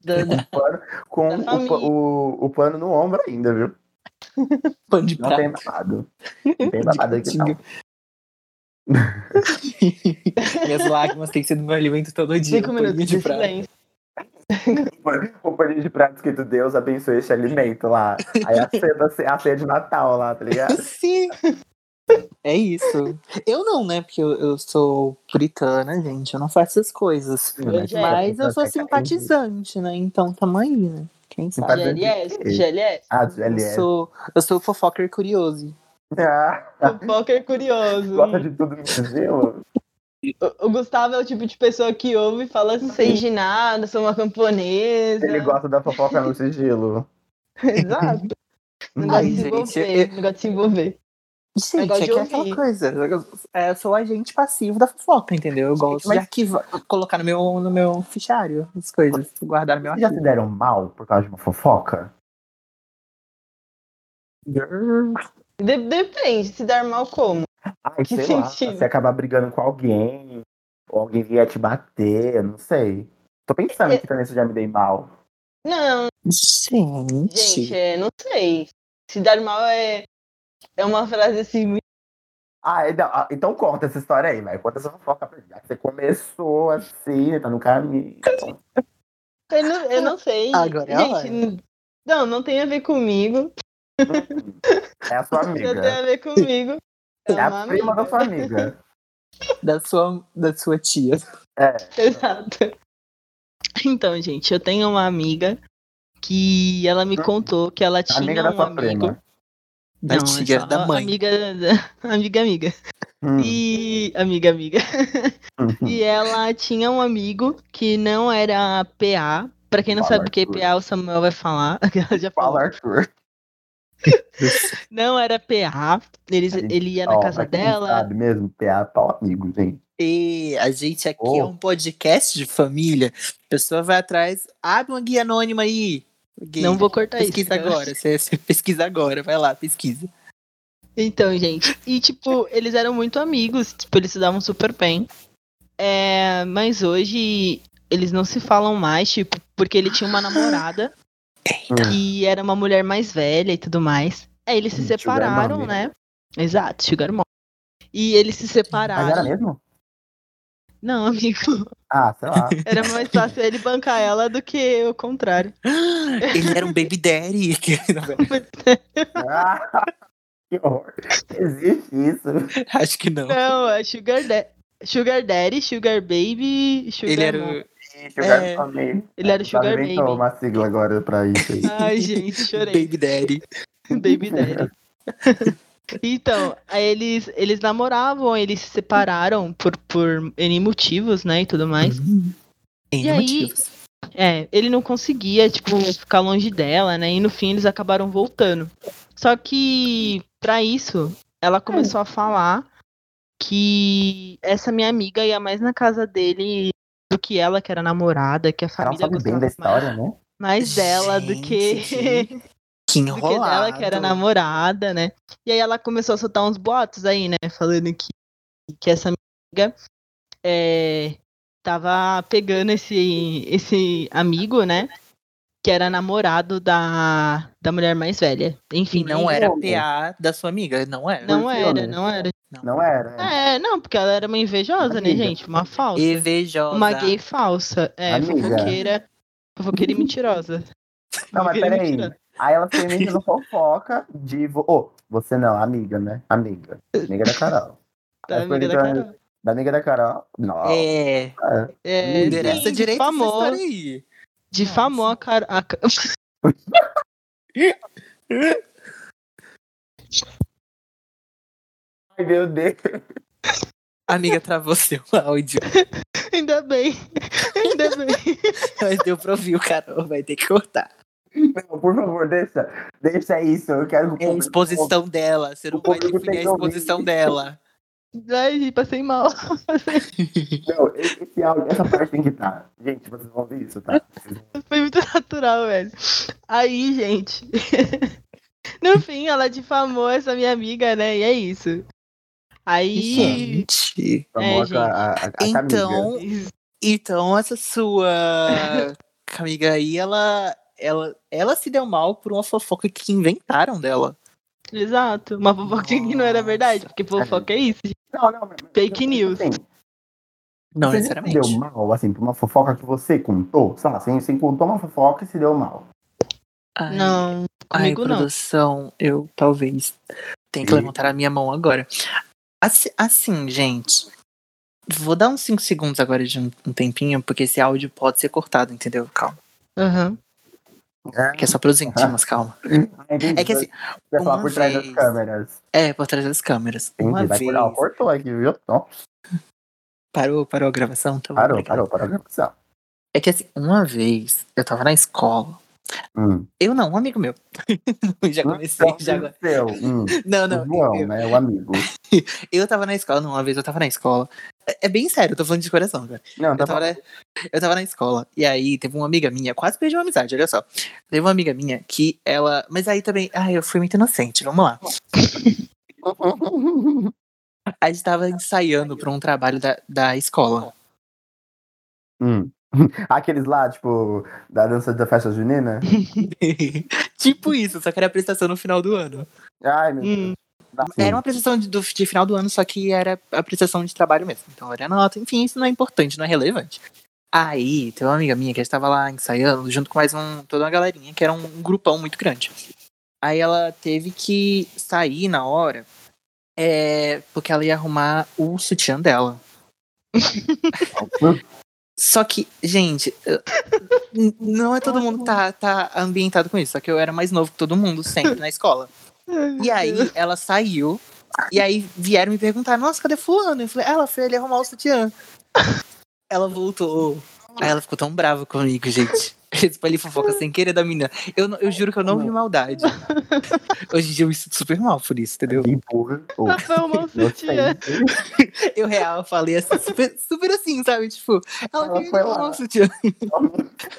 Speaker 5: Dando
Speaker 4: Com
Speaker 6: Da
Speaker 4: o,
Speaker 6: família.
Speaker 4: pa- o, o pano no ombro ainda, viu?
Speaker 5: pano de
Speaker 4: Não
Speaker 6: Tá.
Speaker 5: prato.
Speaker 4: tem babado. Não tem babado aqui, não.
Speaker 5: Minhas lágrimas têm sido meu alimento todo dia.
Speaker 6: Cinco
Speaker 5: um paninho
Speaker 6: minutos de
Speaker 5: prato.
Speaker 6: silêncio.
Speaker 4: O paninho de prato escrito Deus abençoe este alimento lá. Aí a ceia, a ceia de Natal lá, tá ligado?
Speaker 5: Sim. É isso. Eu não, né? Porque eu, eu sou puritana, gente. Eu não faço essas coisas.
Speaker 6: Mas
Speaker 5: Mas eu sou simpatizante, né? Então tamo aí, né? Quem sabe?
Speaker 4: Simpatizante.
Speaker 6: GLS, GLS,
Speaker 4: Ah,
Speaker 5: Eu
Speaker 4: GLS.
Speaker 5: sou, eu sou fofoca curioso.
Speaker 4: Ah,
Speaker 6: o poker é curioso.
Speaker 4: um gosta de tudo no sigilo?
Speaker 6: O, o Gustavo é o tipo de pessoa que ouve e fala não sei de nada, sou uma camponesa.
Speaker 4: Ele gosta da fofoca no sigilo.
Speaker 6: Exato. Não gosta
Speaker 5: Ai,
Speaker 6: de se
Speaker 5: gente,
Speaker 6: envolver. Não gosta de se envolver.
Speaker 5: Gente,
Speaker 6: gosto
Speaker 5: é
Speaker 6: de
Speaker 5: que é aquela
Speaker 6: ouvir.
Speaker 5: coisa. é, Eu sou o agente passivo da fofoca, entendeu? Eu gosto
Speaker 4: Mas-
Speaker 5: de arquivar, colocar no meu, no meu fichário as coisas, guardar no meu
Speaker 4: Vocês já
Speaker 5: arquivo.
Speaker 4: se deram mal por causa de uma fofoca?
Speaker 6: De- depende, se dar mal como.
Speaker 4: Ai,
Speaker 6: Que
Speaker 4: sei lá,
Speaker 6: sentido?
Speaker 4: se acabar brigando com alguém, ou alguém vier te bater, não sei. Tô pensando
Speaker 6: É-
Speaker 4: que também se eu já me dei mal.
Speaker 6: Não,
Speaker 5: Gente.
Speaker 6: gente, é, não sei. Se dar mal é, é uma frase assim muito.
Speaker 4: Ah, é, não, ah, então conta essa história aí, vai. Conta essa fofoca pra mim. Já que Você começou assim, tá no caminho.
Speaker 6: Eu não, eu não sei.
Speaker 5: Agora é a hora.
Speaker 6: gente, n- não, não tem a ver comigo.
Speaker 4: É a sua
Speaker 6: Não tem
Speaker 4: amiga.
Speaker 6: a ver comigo. É
Speaker 4: É
Speaker 6: uma
Speaker 4: a prima
Speaker 6: amiga.
Speaker 4: da sua amiga. É,
Speaker 5: Da sua, da sua tia.
Speaker 6: Exato. Então, gente, eu tenho uma amiga que ela me contou que ela tinha
Speaker 4: Hum. Amiga da
Speaker 6: um
Speaker 4: sua
Speaker 6: amigo.
Speaker 4: prima.
Speaker 5: Da
Speaker 6: Não, é
Speaker 5: tia,
Speaker 6: só
Speaker 5: da mãe.
Speaker 6: Amiga, da- amiga, amiga.
Speaker 4: Hum.
Speaker 6: E. Amiga, amiga. E ela tinha um amigo que não era PA. Pra quem não
Speaker 4: Fala,
Speaker 6: sabe o que é
Speaker 4: Arthur.
Speaker 6: PA, o Samuel vai falar. Ela já falou.
Speaker 4: Fala, Arthur.
Speaker 6: Não era PA. Eles,
Speaker 4: Gente,
Speaker 6: ele ia na
Speaker 4: Tá Ó,
Speaker 6: casa
Speaker 4: pra quem não
Speaker 6: dela.
Speaker 4: Sabe mesmo? PA tal amigo, gente.
Speaker 5: E a gente aqui é
Speaker 4: Oh.
Speaker 5: um podcast de família. A pessoa vai atrás, abre uma guia anônima aí. Gay.
Speaker 6: Não vou cortar isso.
Speaker 5: pesquisa
Speaker 6: cara.
Speaker 5: agora. Você, você pesquisa agora, vai lá, pesquisa.
Speaker 6: Então, gente. E, tipo, eles eram muito amigos. Tipo, eles se davam super bem. É, mas hoje eles não se falam mais, tipo, porque ele tinha uma namorada que era uma mulher mais velha e tudo mais. Aí eles se
Speaker 4: Hum, Sugar
Speaker 6: separaram,
Speaker 4: mommy.
Speaker 6: né? Exato, Sugar Mom. E eles se
Speaker 4: Mas Ah, era
Speaker 6: separaram.
Speaker 4: mesmo?
Speaker 6: Não, amigo.
Speaker 4: Ah, sei lá.
Speaker 6: Era mais fácil ele bancar ela do que o contrário.
Speaker 5: Ele era um baby daddy. é.
Speaker 4: Ah, que horror. Existe isso.
Speaker 5: Acho que não.
Speaker 6: Não, é Sugar Daddy. Sugar Daddy, Sugar Baby, Sugar
Speaker 5: Ele era
Speaker 6: Mom.
Speaker 5: o-
Speaker 4: Sugar
Speaker 5: É.
Speaker 4: Baby.
Speaker 6: Ele era
Speaker 4: Ela
Speaker 6: o Sugar Baby.
Speaker 4: inventou uma sigla agora pra isso aí.
Speaker 6: Ai, gente, chorei.
Speaker 5: baby daddy.
Speaker 6: Baby Daddy. Então, aí eles, eles namoravam, eles se separaram por, por N motivos, né, e tudo mais.
Speaker 5: Tem
Speaker 6: E aí-
Speaker 5: motivos.
Speaker 4: Uhum.
Speaker 6: É, ele não conseguia, tipo, ficar longe dela, né? E no fim eles acabaram voltando. Só que, pra isso, ela começou a falar que essa minha amiga ia mais na casa dele do que ela, que era namorada, que a
Speaker 4: Ela não
Speaker 6: família
Speaker 4: sabe bem
Speaker 6: gostava
Speaker 4: da
Speaker 6: mais,
Speaker 4: história, né?
Speaker 6: mais dela do que,
Speaker 5: Gente,
Speaker 6: do
Speaker 5: Que
Speaker 6: que
Speaker 5: enrolado.
Speaker 6: dela, que era namorada, né? E aí ela começou a soltar uns boatos aí, né? Falando que, que essa amiga é, tava pegando esse, esse amigo, né? Que era namorado da, da mulher mais velha. Enfim,
Speaker 5: E não
Speaker 6: nem-
Speaker 5: era
Speaker 4: Como?
Speaker 5: PA da sua amiga, não é. era.
Speaker 6: Não
Speaker 4: Porque,
Speaker 6: era,
Speaker 4: olha,
Speaker 6: não era.
Speaker 4: Não era. né?
Speaker 6: É, não, porque ela era uma invejosa, né,
Speaker 4: Amiga.
Speaker 6: gente? Uma falsa.
Speaker 5: E vejosa.
Speaker 6: Uma gay falsa. É,
Speaker 4: Amiga.
Speaker 6: fofoqueira. Fofoqueira e mentirosa.
Speaker 4: Não, mas
Speaker 6: Fofoqueira e
Speaker 4: peraí.
Speaker 6: mentirosa.
Speaker 4: Aí ela foi inventando fofoca de. vo- Ô, você não, amiga, né? Amiga. Amiga da Carol.
Speaker 6: Da
Speaker 4: Aí foi
Speaker 5: tá
Speaker 6: tá, amiga da
Speaker 4: inventando-
Speaker 6: Carol.
Speaker 4: Da amiga da Carol? Não.
Speaker 5: É.
Speaker 6: É,
Speaker 4: Amiga.
Speaker 6: sim,
Speaker 5: Endereça direito essa
Speaker 6: difamou,
Speaker 5: história aí.
Speaker 6: difamou a Carol. A... Ca-
Speaker 4: Ai, meu Deus.
Speaker 5: Amiga, travou seu áudio.
Speaker 6: Ainda bem. Ainda bem.
Speaker 5: Mas deu pra ouvir o Carol, vai ter que cortar.
Speaker 4: Não, por favor, deixa. Deixa isso. Eu quero. que
Speaker 5: É a
Speaker 4: o público-
Speaker 5: exposição dela. Você não
Speaker 4: o
Speaker 5: pode
Speaker 4: público
Speaker 5: definir a
Speaker 4: tem que ouvir.
Speaker 5: exposição dela.
Speaker 6: Ai, passei mal.
Speaker 4: Não, esse esse áudio, essa parte tem que estar. Gente, vocês vão ver isso,
Speaker 5: É,
Speaker 4: tá?
Speaker 6: Foi muito natural, velho. Aí, gente. No fim, ela difamou essa minha amiga, né? E é isso. Aí.
Speaker 5: Gente.
Speaker 6: É,
Speaker 4: Famosa a, a, a Camila.
Speaker 5: Então, então essa sua amiga aí, ela, ela, ela se deu mal por uma fofoca que inventaram dela. é.
Speaker 6: Exato. Uma fofoca que não era verdade, porque fofoca é isso. gente.
Speaker 4: Não, não, mas-
Speaker 6: Fake news.
Speaker 4: Assim,
Speaker 5: Não
Speaker 4: Você já se
Speaker 5: necessariamente.
Speaker 4: deu mal, assim, por uma fofoca que você contou? Sei lá, assim, você contou uma fofoca e se deu mal.
Speaker 5: Ai,
Speaker 6: Não, comigo
Speaker 5: Ai,
Speaker 6: não.
Speaker 5: produção, eu talvez tenha que
Speaker 4: Ih.
Speaker 5: levantar a minha mão agora. Assi- Assim, gente, vou dar uns 5 segundos agora de um um tempinho, porque esse áudio pode ser cortado, entendeu? Calma.
Speaker 6: Aham.
Speaker 5: Que é só pros íntimos,
Speaker 4: Ah.
Speaker 5: calma.
Speaker 4: Entendi,
Speaker 5: É que assim, um
Speaker 4: você vai falar
Speaker 5: uma
Speaker 4: por trás das
Speaker 5: vez-
Speaker 4: câmeras.
Speaker 5: é, por trás das câmeras.
Speaker 4: Entendi,
Speaker 5: Uma
Speaker 4: vai
Speaker 5: vez.
Speaker 4: cortar, cortou aqui, viu? Nossa.
Speaker 5: Parou, parou a gravação? Tá bom,
Speaker 4: Parou,
Speaker 5: obrigado.
Speaker 4: parou, parou a gravação.
Speaker 5: É que assim, uma vez eu tava na escola.
Speaker 4: Hum.
Speaker 5: Eu não, um amigo meu. já comecei,
Speaker 4: Então,
Speaker 5: já.
Speaker 4: Seu, hum.
Speaker 5: Não,
Speaker 4: O
Speaker 5: não.
Speaker 4: João,
Speaker 5: eu,
Speaker 4: né? O amigo.
Speaker 5: eu tava na escola, não, uma vez eu tava na escola. É- É bem sério, eu tô falando de coração, cara.
Speaker 4: Não,
Speaker 5: Eu
Speaker 4: tá
Speaker 5: tava,
Speaker 4: bom.
Speaker 5: na, eu tava na escola. E aí teve uma amiga minha, quase perdi uma amizade, olha só. Teve uma amiga minha que ela. Mas aí também. Ah, eu fui muito inocente, vamos lá. A gente tava ensaiando pra um trabalho da, da escola.
Speaker 4: Hum. Aqueles lá, tipo, da dança da festa junina?
Speaker 5: tipo isso, só que era a prestação no final do ano.
Speaker 4: Ai, meu
Speaker 6: Hum.
Speaker 4: Deus. Dá-
Speaker 5: Era uma apresentação de, do- de final do ano, só que era a apresentação de trabalho mesmo. Então era nota, enfim, isso não é importante, não é relevante. Aí, tem uma amiga minha que estava lá ensaiando, junto com mais um, toda uma galerinha, que era um, um grupão muito grande. Aí ela teve que sair na hora, é, porque ela ia arrumar o sutiã dela. só que, gente, eu- n- não é todo mundo que tá, tá ambientado com isso, só que eu era mais novo que todo mundo, sempre na escola. E aí ela saiu. E aí vieram me perguntar, nossa, cadê fulano? Eu falei, ah, ela foi ali arrumar o sutiã. Ela voltou. Aí ela ficou tão brava comigo, gente. Eu espalhei fofoca sem querer da menina. Eu, não- eu juro que eu não vi maldade. Hoje em dia eu me sinto super mal por isso, entendeu?
Speaker 4: Que burra. Ou
Speaker 6: Foi um bom sutiã.
Speaker 4: inocente.
Speaker 5: Eu real falei assim, super, super assim, sabe? Tipo, ela,
Speaker 4: Ela
Speaker 5: queria
Speaker 4: foi
Speaker 5: arrumar
Speaker 4: lá.
Speaker 5: o sutiã.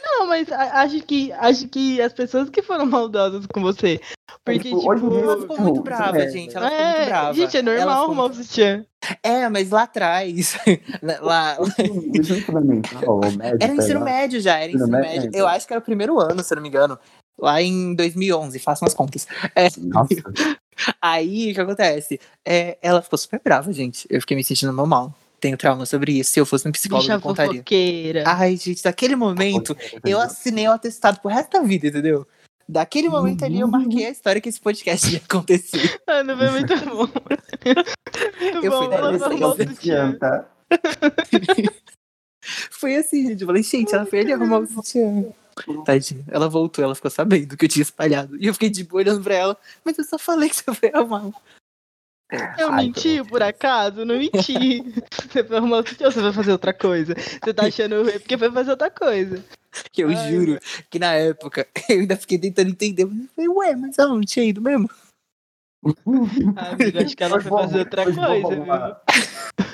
Speaker 6: Não, mas a- acho que, acho que as pessoas que foram maldosas com você. Porque,
Speaker 4: Tipo, hoje em dia
Speaker 5: Ela
Speaker 6: tipo.
Speaker 5: ficou muito
Speaker 4: Isso
Speaker 5: brava,
Speaker 4: é.
Speaker 5: gente. Ela ficou
Speaker 6: é,
Speaker 5: muito brava.
Speaker 6: Gente, é
Speaker 5: Ela
Speaker 6: normal
Speaker 5: ficou
Speaker 6: arrumar o sutiã.
Speaker 5: É, mas lá atrás. né, lá,
Speaker 4: Isso não é fundamental, ou médio,
Speaker 5: Era
Speaker 4: sei
Speaker 5: ensino
Speaker 4: lá.
Speaker 5: médio já, era
Speaker 4: Ensino
Speaker 5: ensino
Speaker 4: médio,
Speaker 5: médio. Eu
Speaker 4: é.
Speaker 5: acho que era o primeiro ano, se eu não me engano. Lá em 2011, façam as contas. É,
Speaker 4: Nossa,
Speaker 5: aí, o que acontece? É, ela ficou super brava, gente. Eu fiquei me sentindo mal mal. Tenho trauma sobre isso. Se eu fosse um psicólogo,
Speaker 6: Bicha
Speaker 5: eu contaria.
Speaker 6: fofoqueira.
Speaker 5: Ai, gente, daquele momento, eu assinei o atestado pro resto da vida, entendeu? Daquele momento ali, eu marquei a história que esse podcast ia acontecer.
Speaker 6: Mano, foi muito bom. Muito
Speaker 5: Eu
Speaker 6: bom,
Speaker 5: fui na
Speaker 6: ela arrumou o
Speaker 5: adolescência.
Speaker 6: sutiã.
Speaker 4: adianta.
Speaker 5: Foi assim, gente. Eu falei, gente, ela foi ali arrumar o sutiã. Tadinha. Ela voltou, ela ficou sabendo que eu tinha espalhado. E eu fiquei de boa olhando pra ela. Mas eu só falei que você foi arrumar um."
Speaker 6: Eu
Speaker 4: Ai,
Speaker 6: menti, por acaso? Não menti. Você vai arrumar o sutiã ou você vai fazer outra coisa? Você tá achando ruim porque foi fazer outra coisa.
Speaker 5: Que eu
Speaker 6: Ai,
Speaker 5: juro que na época eu ainda fiquei tentando entender. Mas eu falei, ué, mas ela não tinha ido mesmo?
Speaker 6: Ah, amiga, acho que ela
Speaker 4: Pois
Speaker 6: foi
Speaker 4: vou-
Speaker 6: fazer outra
Speaker 4: pois vou
Speaker 6: coisa,
Speaker 4: arrumar.
Speaker 6: viu?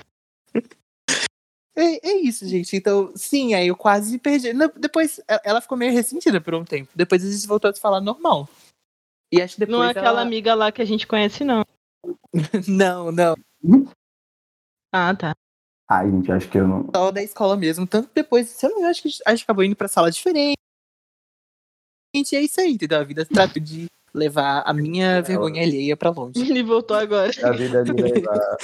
Speaker 5: É, é isso, gente. Então, sim, aí eu quase perdi. Na- Depois e- ela ficou meio ressentida por um tempo. Depois a gente voltou a se falar normal. E acho que depois.
Speaker 6: Não é aquela
Speaker 5: ela...
Speaker 6: amiga lá que a gente conhece, não.
Speaker 5: Não, não.
Speaker 6: Ah, tá.
Speaker 4: Ai, gente, acho que eu não.
Speaker 5: Só da escola mesmo. Tanto que depois, sei lá, eu acho que a gente acabou indo pra sala diferente. Gente, é isso aí, entendeu? A vida trata de levar a minha vergonha alheia pra longe.
Speaker 6: Ele voltou agora.
Speaker 4: A vida é me leva.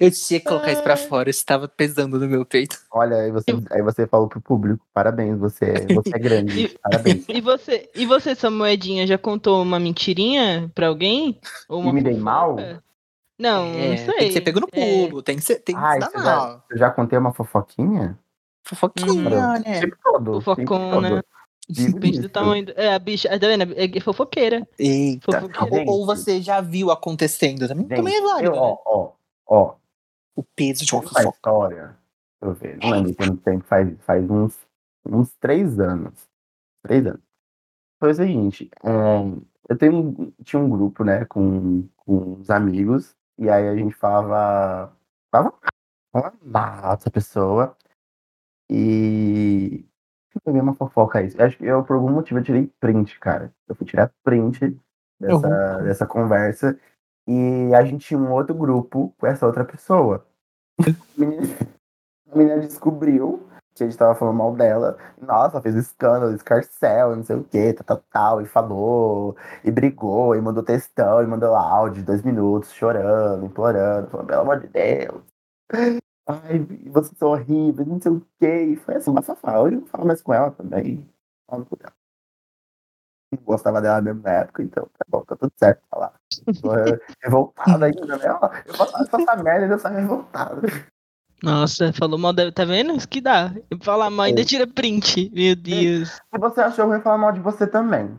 Speaker 5: Eu tinha que colocar isso pra fora, isso tava pesando no meu peito.
Speaker 4: Olha, aí você, aí você falou pro público, parabéns, você, você é grande, parabéns.
Speaker 6: E você, e você, sua moedinha, já contou uma mentirinha pra alguém? Ou uma
Speaker 4: E me dei
Speaker 6: fofoca?
Speaker 4: mal?
Speaker 6: Não, não
Speaker 5: É,
Speaker 6: sei.
Speaker 5: Tem que ser pego no
Speaker 6: É.
Speaker 5: pulo, tem que ser, tem que se
Speaker 4: Ai,
Speaker 5: dar
Speaker 4: isso
Speaker 5: mal.
Speaker 4: Eu já contei uma fofoquinha?
Speaker 5: Fofoquinha,
Speaker 4: Hum.
Speaker 5: né?
Speaker 4: Tempo todo.
Speaker 6: Fofocona.
Speaker 4: tempo todo. Vivo
Speaker 6: Depende do
Speaker 4: disso.
Speaker 6: tamanho. do- É, a bicha, tá vendo? É fofoqueira.
Speaker 5: Eita.
Speaker 6: Fofoqueira.
Speaker 5: Ou, ou você já viu acontecendo também?
Speaker 4: Gente,
Speaker 5: também é válido.
Speaker 4: Eu,
Speaker 5: né?
Speaker 4: ó, ó, ó.
Speaker 5: O peso de uma
Speaker 4: Uma
Speaker 5: fofoca.
Speaker 4: história. Deixa eu ver. Não lembro quanto tempo faz. Faz uns, uns três anos. Três anos. Foi o seguinte. é, eu tenho, um- tinha um grupo, né, com, com uns amigos. E aí a gente falava. Falava falava mal dessa pessoa. E. Deixa eu ver uma fofoca aí. Eu Acho que eu, por algum motivo, eu tirei print, cara. Eu fui tirar print dessa, dessa conversa. E a gente tinha um outro grupo com essa outra pessoa. A menina, a menina descobriu que a gente tava falando mal dela. Nossa, fez um escândalo, escarcel, não sei o que, tal, tal, tal. E falou, e brigou, e mandou textão, e mandou áudio de dois minutos, chorando, implorando, falando, pelo amor de Deus. Ai, vocês são horríveis, não sei o que. E foi assim, bafafá. Hoje eu não falo mais com ela também. Falo com ela. Não gostava dela mesmo na época, então tá bom, tá tudo certo falar. Tô revoltada ainda, né? Ó, Eu faço eu faço essa merda e ainda saio revoltada.
Speaker 6: Nossa, falou mal, da- tá vendo? Isso que dá. Falar mal ainda
Speaker 4: É.
Speaker 6: tira print. Meu Deus.
Speaker 4: Se você achou ruim, falar mal de você também.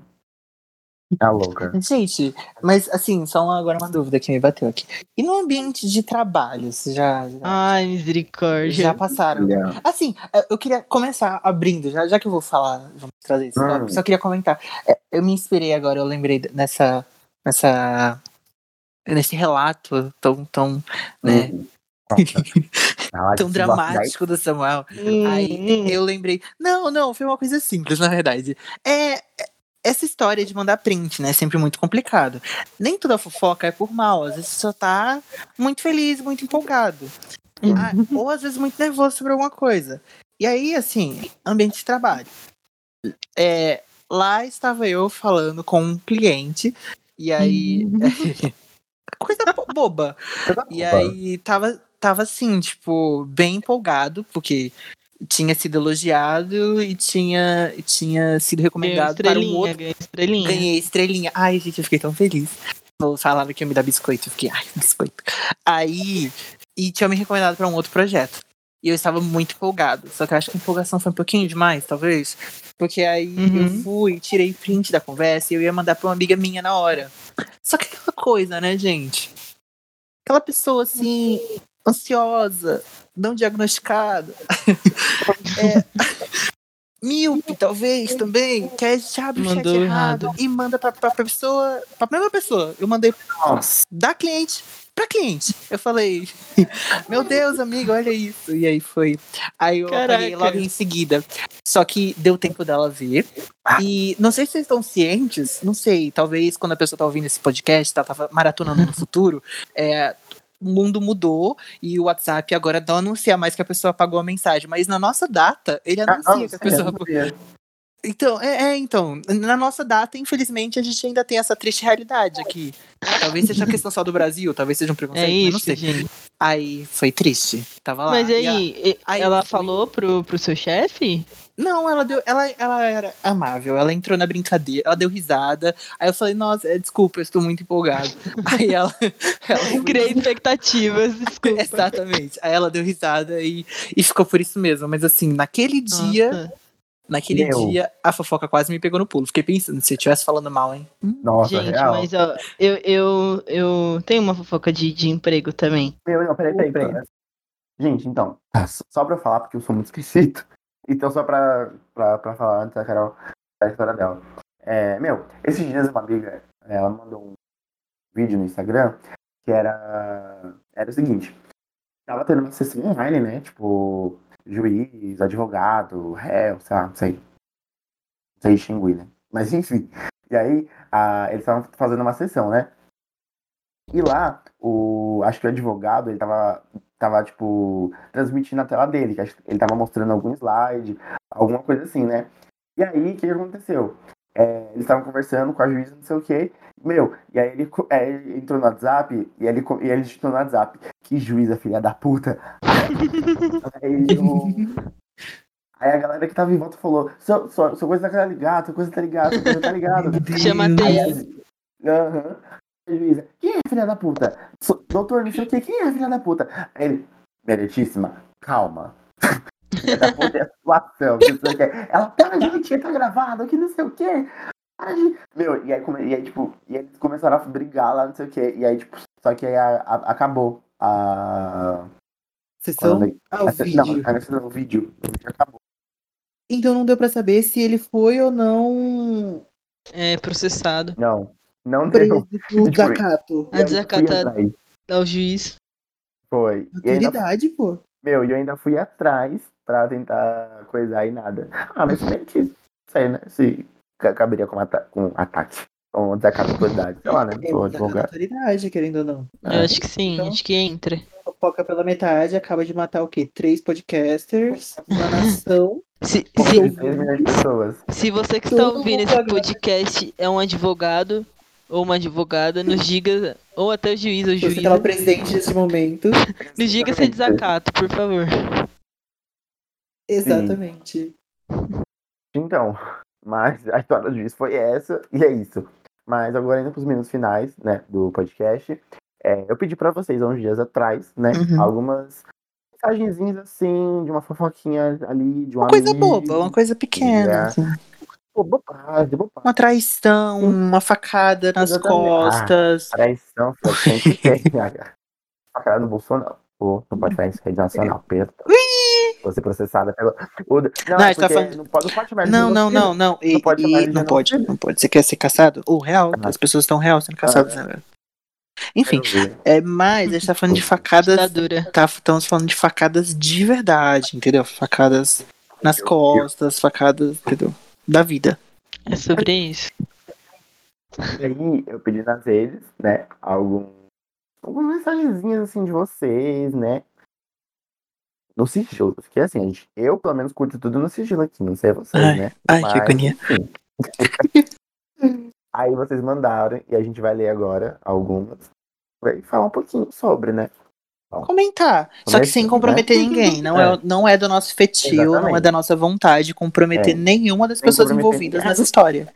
Speaker 4: Tá louca.
Speaker 5: Gente, mas assim, só agora uma dúvida que me bateu aqui. E no ambiente de trabalho, vocês já, já,
Speaker 6: Ai, misericórdia.
Speaker 5: É. já passaram?
Speaker 4: é
Speaker 5: Assim, eh, eu queria começar abrindo, já, já que eu vou falar, vamos trazer isso,
Speaker 4: Hum.
Speaker 5: só queria comentar. Eh, Eu me inspirei agora, eu lembrei d- nessa, nessa, nesse relato tão, tão,
Speaker 4: Hum,
Speaker 5: né,
Speaker 4: um-
Speaker 5: tão dramático do Samuel.
Speaker 6: Hum, hum.
Speaker 5: Aí eu lembrei. Não, não, foi uma coisa simples, na verdade. É. é- Essa história de mandar print, né? É sempre muito complicado. Nem toda fofoca é por mal. Às vezes você só tá muito feliz, muito empolgado. Ah, ou às vezes muito nervoso sobre alguma coisa. E aí, assim, ambiente de trabalho. É, lá estava eu falando com um cliente. E aí. coisa bo- boba. E aí tava, tava assim, tipo, bem empolgado, porque tinha sido elogiado e tinha, e tinha sido
Speaker 6: Ganhou
Speaker 5: recomendado para um
Speaker 6: estrelinha,
Speaker 5: outro.
Speaker 6: ganhou estrelinha.
Speaker 5: Ganhei estrelinha. Ai, gente, eu fiquei tão feliz. Falaram que ia me dar biscoito. Eu fiquei, ai, biscoito. Aí, e tinha me recomendado para um outro projeto. E eu estava muito empolgado. Só que eu acho que a empolgação foi um pouquinho demais, talvez. Porque aí
Speaker 6: Uhum.
Speaker 5: eu fui, tirei print da conversa e eu ia mandar para uma amiga minha na hora. Só que aquela coisa, né, gente? Aquela pessoa assim, ansiosa, não diagnosticada. é, míope, talvez, também, que aí já abre o chat
Speaker 6: Mandou
Speaker 5: errado, e manda pra, pra, pra pessoa, pra mesma pessoa. Eu mandei
Speaker 4: Nossa.
Speaker 5: da cliente pra cliente. Eu falei, meu Deus, amigo, olha isso. E aí foi. Aí eu
Speaker 6: Caraca.
Speaker 5: apaguei logo em seguida. Só que deu tempo dela ver. E não sei se vocês estão cientes, não sei, talvez quando a pessoa tá ouvindo esse podcast, ela tava maratonando no futuro, é, o mundo mudou e o WhatsApp agora não anuncia mais que a pessoa apagou a mensagem. Mas na nossa data, ele anuncia que a pessoa apagou. Então, é, é, então, na nossa data, infelizmente, a gente ainda tem essa triste realidade aqui. Talvez seja uma questão só do Brasil, talvez seja um
Speaker 6: É
Speaker 5: preconceito, eu não
Speaker 6: isso,
Speaker 5: sei.
Speaker 6: gente.
Speaker 5: Aí foi triste. Tava lá.
Speaker 6: Mas
Speaker 5: e ela-
Speaker 6: aí, e-
Speaker 5: aí
Speaker 6: ela
Speaker 5: foi-
Speaker 6: falou pro, pro seu chefe?
Speaker 5: Não, ela deu. Ela, ela era amável, ela entrou na brincadeira, ela deu risada. Aí eu falei, nossa, é, desculpa, eu estou muito empolgado. aí ela. ela foi-
Speaker 6: Criei expectativas, desculpa.
Speaker 5: Exatamente. Aí ela deu risada e, e ficou por isso mesmo. Mas assim, naquele dia,
Speaker 6: Nossa.
Speaker 5: naquele
Speaker 4: Meu.
Speaker 5: dia, a fofoca quase me pegou no pulo. Fiquei pensando, se eu estivesse falando mal, hein?
Speaker 4: Nossa,
Speaker 6: Gente,
Speaker 4: real.
Speaker 6: mas ó, eu, eu, eu tenho uma fofoca de, de emprego também.
Speaker 4: Meu, não, peraí, peraí, peraí. Gente, então, tá, s- só pra eu falar, porque eu sou muito esquecido. Então, só pra, pra, pra falar antes da Carol, da história dela. É, meu, esses dias uma amiga, ela mandou um vídeo no Instagram que era, era o seguinte. Tava tendo uma sessão online, né? Tipo, juiz, advogado, réu, sei lá, não sei. Não sei distinguir, né? Mas enfim. E aí, a- eles estavam fazendo uma sessão, né? E lá, o, acho que o advogado, ele tava, tava, tipo, transmitindo a tela dele, que acho que ele tava mostrando algum slide, alguma coisa assim, né? E aí, o que aconteceu? É, eles estavam conversando com a juíza, não sei o quê, meu, e aí ele, co- é, ele entrou no WhatsApp, e ele, co- e ele digitou no WhatsApp, que juíza, filha da puta! aí, o- aí a galera que tava em volta falou, sua, sua, sua coisa tá ligada, sua coisa tá ligada, sua coisa tá ligada.
Speaker 6: Chama
Speaker 4: Aí
Speaker 6: atenção.
Speaker 4: a- Aham. A juíza, quem é a filha da puta? "So- Doutor, não sei o que, quem é a filha da puta? Aí ele, meritíssima, calma. filha da puta é a situação, que não sei o quê. Ela, para de mentir, tá gravado, que não sei o que. Para de... Meu, e aí, come- e aí, tipo, e eles começaram a brigar lá, não sei o que. E aí, tipo, só que aí a- a- acabou a...
Speaker 7: Sessão ao
Speaker 4: a
Speaker 7: vídeo.
Speaker 4: não, a sessão do vídeo. O vídeo acabou.
Speaker 7: Então não deu pra saber se ele foi ou não
Speaker 6: É, processado.
Speaker 4: Não, não deu.
Speaker 7: preso por
Speaker 4: Tipo,
Speaker 7: desacato.
Speaker 6: A
Speaker 4: Eu fui
Speaker 6: desacata
Speaker 4: atrás,
Speaker 6: ao juiz.
Speaker 4: Foi. E ainda
Speaker 7: Autoridade, pô.
Speaker 4: Meu, e eu ainda fui atrás pra tentar coisar e nada. Ah, mas como é que isso aí, né? Se ca- caberia com, ata com ataque. Então, Com desacato de autoridade. Sei lá, né?
Speaker 7: É
Speaker 4: Sou
Speaker 7: desacato à
Speaker 4: advogado.
Speaker 7: autoridade, querendo ou não.
Speaker 5: É.
Speaker 6: Eu acho que sim,
Speaker 7: Então-
Speaker 6: acho que entra.
Speaker 7: Fofoca pela metade, acaba de matar o quê? Três podcasters, uma nação.
Speaker 6: Se,
Speaker 4: Três
Speaker 6: se,
Speaker 4: milhões de pessoas.
Speaker 6: se você que
Speaker 7: Todo
Speaker 6: está ouvindo
Speaker 7: mundo
Speaker 6: esse
Speaker 7: agora.
Speaker 6: podcast é um advogado ou uma advogada, nos diga, ou até o juiz ou
Speaker 7: Se Você
Speaker 6: juiz,
Speaker 7: tá lá presente nesse momento.
Speaker 6: nos diga esse desacato, por favor.
Speaker 7: Exatamente.
Speaker 4: Então, mas a história do juiz foi essa e é isso. Mas agora indo pros minutos finais, né, do podcast. é, eu pedi pra vocês há uns dias atrás, né,
Speaker 5: Uhum.
Speaker 4: algumas mensagenzinhas assim, de uma fofoquinha ali, de um
Speaker 5: Uma coisa
Speaker 4: amigo.
Speaker 5: boba, uma coisa pequena.
Speaker 4: Yeah.
Speaker 5: assim.
Speaker 4: Pô, bobagem, bobagem.
Speaker 5: Uma traição, uma facada nas
Speaker 4: Exatamente. Ah,
Speaker 5: costas.
Speaker 4: Traição, foi sempre tem, né, H. Facada no Bolsonaro. Pô, não pode falar isso, rede nacional, Pedro. Você processada pelo. O... Não,
Speaker 5: Não,
Speaker 4: é
Speaker 5: a gente tá
Speaker 4: porque
Speaker 5: falando-
Speaker 4: não pode, não pode mais
Speaker 5: não, não, não, não. E,
Speaker 4: Não pode
Speaker 5: e-
Speaker 4: chamar ele de
Speaker 5: não pode,
Speaker 4: genocídio.
Speaker 5: não pode. Você quer ser caçado? Ou real?
Speaker 4: Ah.
Speaker 5: As pessoas estão real sendo caçadas, né, velho? Enfim, é, mas a gente tá falando
Speaker 4: Uhum.
Speaker 5: de facadas.
Speaker 6: Ditadura.
Speaker 5: Tá, estamos falando de facadas de verdade, entendeu? Facadas nas costas, facadas, entendeu? Da vida.
Speaker 6: É sobre isso.
Speaker 4: E aí eu pedi nas redes, né? Algum, algumas mensagenzinhas assim de vocês, né? No sigilo, porque assim, a gente- eu pelo menos curto tudo no sigilo aqui, não sei vocês,
Speaker 5: Ai,
Speaker 4: né?
Speaker 5: ai, que
Speaker 4: Mas,
Speaker 5: agonia.
Speaker 4: enfim. aí vocês mandaram e a gente vai ler agora algumas e falar um pouquinho sobre, né?
Speaker 5: Comentar. Só que
Speaker 4: Começando,
Speaker 5: sem
Speaker 4: né?
Speaker 5: comprometer ninguém. Não é, não é do nosso fetio, não é
Speaker 4: Exatamente.
Speaker 5: da nossa vontade comprometer
Speaker 4: É.
Speaker 5: nenhuma das
Speaker 4: Sem
Speaker 5: pessoas
Speaker 4: comprometer
Speaker 5: envolvidas
Speaker 4: ninguém.
Speaker 5: nessa história.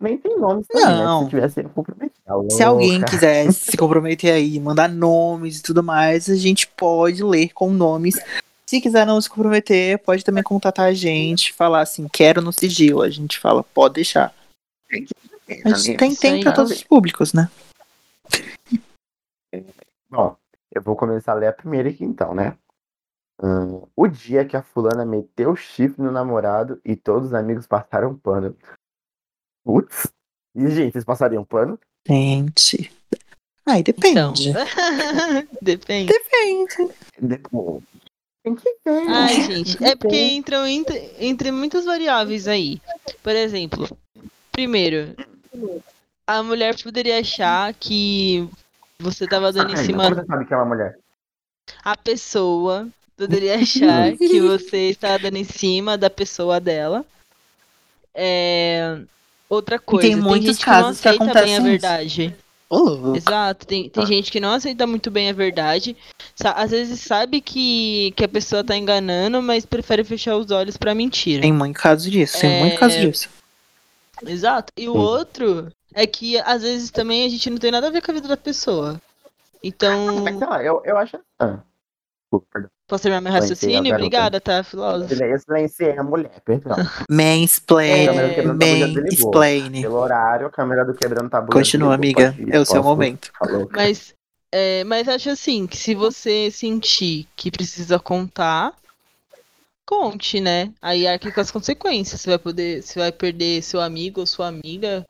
Speaker 4: Nem tem nome também,
Speaker 5: Não.
Speaker 4: né? Se tivesse, eu comprometia.
Speaker 5: Se alguém quiser se comprometer aí, mandar nomes e tudo mais, a gente pode ler com nomes. Se quiser não se comprometer, pode também contatar a gente, falar assim, quero no sigilo. A gente fala, pode deixar. A gente tem,
Speaker 6: Isso
Speaker 5: tem
Speaker 6: aí.
Speaker 5: pra todos os públicos, né?
Speaker 4: Ó, eu vou começar a ler a primeira aqui então, né? Ahn, o dia que a fulana meteu o chifre no namorado e todos os amigos passaram pano. Putz. E, gente, vocês passariam pano?
Speaker 5: Gente. Aí
Speaker 6: Então.
Speaker 5: depende.
Speaker 6: Depende.
Speaker 5: Depende.
Speaker 4: Depois. Tem que ver.
Speaker 7: um
Speaker 6: Ai, gente. É porque entram entre, entre muitas variáveis aí. Por exemplo, primeiro, a mulher poderia achar que você tava dando em
Speaker 4: Ai,
Speaker 6: cima
Speaker 4: como você sabe que é uma mulher?
Speaker 6: a pessoa poderia achar que você está dando em cima da pessoa dela. É, Outra coisa,
Speaker 5: tem muitos
Speaker 6: gente
Speaker 5: casos que
Speaker 6: que não aceita
Speaker 5: acontecem
Speaker 6: bem a
Speaker 5: isso.
Speaker 6: verdade. Exato, tem, tem
Speaker 4: Tá.
Speaker 6: gente que não aceita muito bem a verdade. Sa- Às vezes sabe que, que a pessoa tá enganando, mas prefere fechar os olhos pra mentira.
Speaker 5: Tem muito caso disso, tem muito
Speaker 6: É.
Speaker 5: caso disso.
Speaker 6: Exato. E o
Speaker 4: Sim.
Speaker 6: outro é que às vezes também a gente não tem nada a ver com a vida da pessoa. Então,
Speaker 4: Mas É sei lá, eu, eu acho. Ah, desculpa, perdão.
Speaker 6: posso terminar meu
Speaker 4: Vai, sim, a
Speaker 6: raciocínio?
Speaker 4: garota.
Speaker 6: Obrigada, tá, filósofo?
Speaker 4: Eu silenciei a mulher, perdão.
Speaker 5: Mansplain,
Speaker 6: É,
Speaker 5: é... mansplain.
Speaker 4: Pelo horário, a câmera do quebrando tabu.
Speaker 5: Continua, amiga. É o seu momento.
Speaker 4: Falou.
Speaker 6: Mas, é, mas acho assim, que se você sentir que precisa contar, conte, né? Aí arque com as consequências. Você vai poder, você vai perder seu amigo ou sua amiga.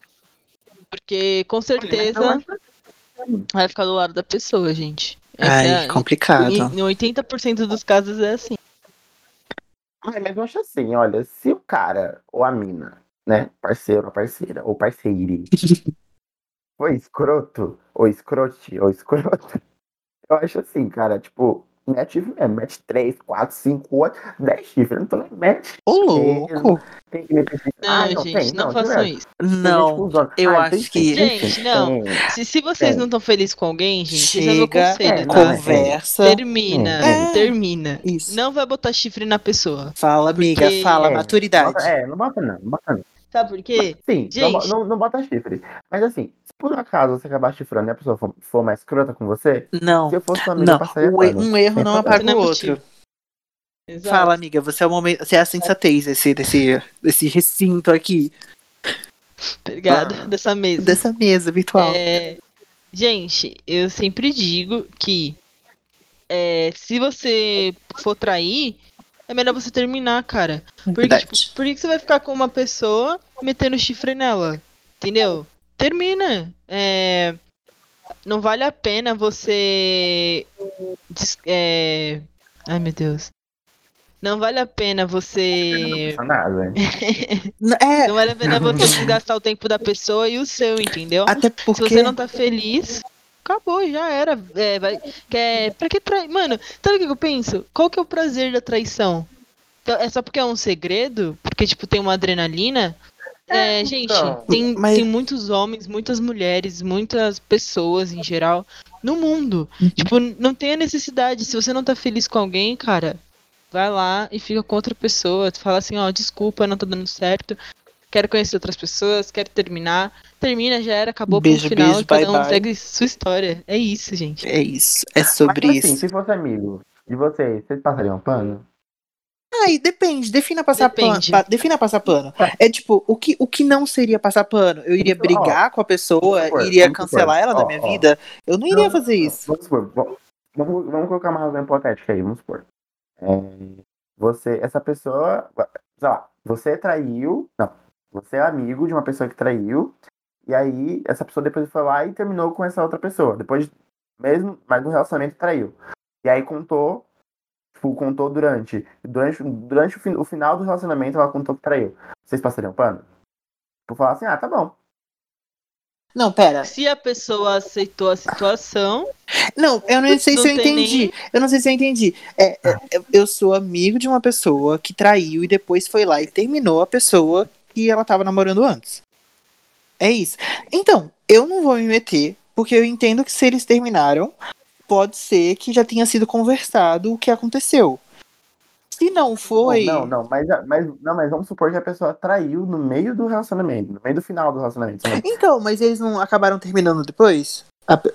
Speaker 6: Porque com certeza vai ficar do lado da pessoa, gente. Essa é
Speaker 5: Ai,
Speaker 6: a- em,
Speaker 5: complicado.
Speaker 6: em 80% dos casos é assim.
Speaker 4: Ai, mas eu acho assim, olha, se o cara ou a mina, né, parceiro ou parceira, ou parceire, foi escroto, ou escrote, ou escroto, eu acho assim, cara, tipo, mete mesmo, mete 3, 4, 5, 8, 10 chifres, não tô nem mete.
Speaker 5: Ô, louco.
Speaker 4: Tem que meter chifre.
Speaker 6: Não,
Speaker 4: Ah,
Speaker 6: gente,
Speaker 4: tem,
Speaker 6: não,
Speaker 4: tem,
Speaker 6: façam
Speaker 4: né?
Speaker 6: isso.
Speaker 4: Tem gente
Speaker 5: Não.
Speaker 4: com zona.
Speaker 5: eu
Speaker 4: Ah,
Speaker 5: acho
Speaker 4: tem
Speaker 5: que-
Speaker 4: tem,
Speaker 6: Gente,
Speaker 4: tem,
Speaker 6: não.
Speaker 4: tem.
Speaker 6: Se, se vocês
Speaker 4: É.
Speaker 6: não estão felizes com alguém, gente, esse é meu
Speaker 5: Chega,
Speaker 6: conselho.
Speaker 4: é,
Speaker 6: tá?
Speaker 4: conversa.
Speaker 5: conversa.
Speaker 6: Termina,
Speaker 5: É.
Speaker 6: termina.
Speaker 5: Isso.
Speaker 6: Não vai botar chifre na pessoa.
Speaker 5: Fala, amiga,
Speaker 6: Porque-
Speaker 5: fala,
Speaker 4: É.
Speaker 5: maturidade.
Speaker 4: Bota- É, não bota não, não bota não.
Speaker 6: Sabe por quê?
Speaker 4: Sim,
Speaker 6: Gente.
Speaker 4: não, bo- não, não bota chifre. Mas assim, se por acaso você acabar chifrando e a pessoa for, for mais escrota com você,
Speaker 5: Não,
Speaker 4: se eu fosse sua amiga,
Speaker 5: não.
Speaker 4: eu passaria
Speaker 5: O e-
Speaker 4: pano.
Speaker 5: Um erro não
Speaker 4: Sem
Speaker 5: apaga
Speaker 6: problema.
Speaker 5: o outro.
Speaker 6: Exato.
Speaker 5: Fala, amiga, você é o momento. Você é a sensatez desse, desse, desse recinto aqui,
Speaker 6: Obrigada, dessa mesa.
Speaker 5: Ah. dessa mesa virtual.
Speaker 6: É, gente, eu sempre digo que é, se você for trair, é melhor você terminar, cara. Porque,
Speaker 5: Verdade.
Speaker 6: tipo, por que que você vai ficar com uma pessoa metendo chifre nela? Entendeu? Termina. É, não vale a pena você. des- é, ai, meu Deus. Não vale a pena você.
Speaker 4: Não nada.
Speaker 5: N- É,
Speaker 6: Não vale a pena você desgastar o tempo da pessoa e o seu, entendeu?
Speaker 5: até porque.
Speaker 6: Se você não tá feliz, acabou, já era. É, vai, quer, pra que trair? Mano, sabe o que eu penso? Qual que é o prazer da traição? Então, É só porque é um segredo? Porque, tipo, tem uma adrenalina? É, gente,
Speaker 4: então.
Speaker 6: tem,
Speaker 5: Mas-
Speaker 6: tem muitos homens, muitas mulheres, muitas pessoas em geral no mundo. Tipo, não tem a necessidade. Se você não tá feliz com alguém, cara, vai lá e fica com outra pessoa. Tu Fala assim, ó, desculpa, não tá dando certo. Quero conhecer outras pessoas, quero terminar. Termina, já era, acabou pro
Speaker 5: Beijo,
Speaker 6: final.
Speaker 5: beijo,
Speaker 6: cada
Speaker 5: bye,
Speaker 6: um
Speaker 5: bye.
Speaker 6: segue sua história. É isso, gente.
Speaker 5: É isso. É
Speaker 4: Mas,
Speaker 5: sobre
Speaker 4: assim,
Speaker 5: isso.
Speaker 4: se fosse amigo de vocês, vocês passariam pano?
Speaker 5: Ah, aí, depende. Defina passar
Speaker 6: Depende.
Speaker 5: pano. pa- Defina passar pano. É tipo, o que, o que não seria passar pano? Eu iria brigar com a pessoa,
Speaker 4: supor,
Speaker 5: iria
Speaker 4: vamos
Speaker 5: cancelar
Speaker 4: supor.
Speaker 5: ela da
Speaker 4: Ó,
Speaker 5: minha
Speaker 4: ó.
Speaker 5: vida? Eu não iria fazer isso.
Speaker 4: Vamos supor, vo- vamos, vamos colocar uma razão hipotética aí, vamos supor. É, você, essa pessoa, sei lá, você traiu, não, você é amigo de uma pessoa que traiu, e aí essa pessoa depois foi lá e terminou com essa outra pessoa, depois, de- mesmo, mas no relacionamento traiu. E aí contou, tipo, contou durante, durante, durante o, fin- o final do relacionamento ela contou que traiu. Vocês passariam pano? Por falar assim, ah, tá bom.
Speaker 5: Não, pera.
Speaker 6: Se a pessoa aceitou a situação,
Speaker 5: Não, eu não sei
Speaker 6: Não
Speaker 5: se eu
Speaker 6: tem
Speaker 5: entendi.
Speaker 6: nem-
Speaker 5: Eu não sei se eu entendi. É, é, eu- eu sou amigo de uma pessoa que traiu e depois foi lá e terminou a pessoa que ela tava namorando antes. É isso. Então, eu não vou me meter, porque eu entendo que se eles terminaram, pode ser que já tenha sido conversado o que aconteceu. Se não foi.
Speaker 4: Não, não, não, mas, a- mas, não, mas vamos supor que a pessoa traiu no meio do relacionamento, no meio do final do relacionamento. sabe?
Speaker 5: Então, mas eles não acabaram terminando depois? A pe-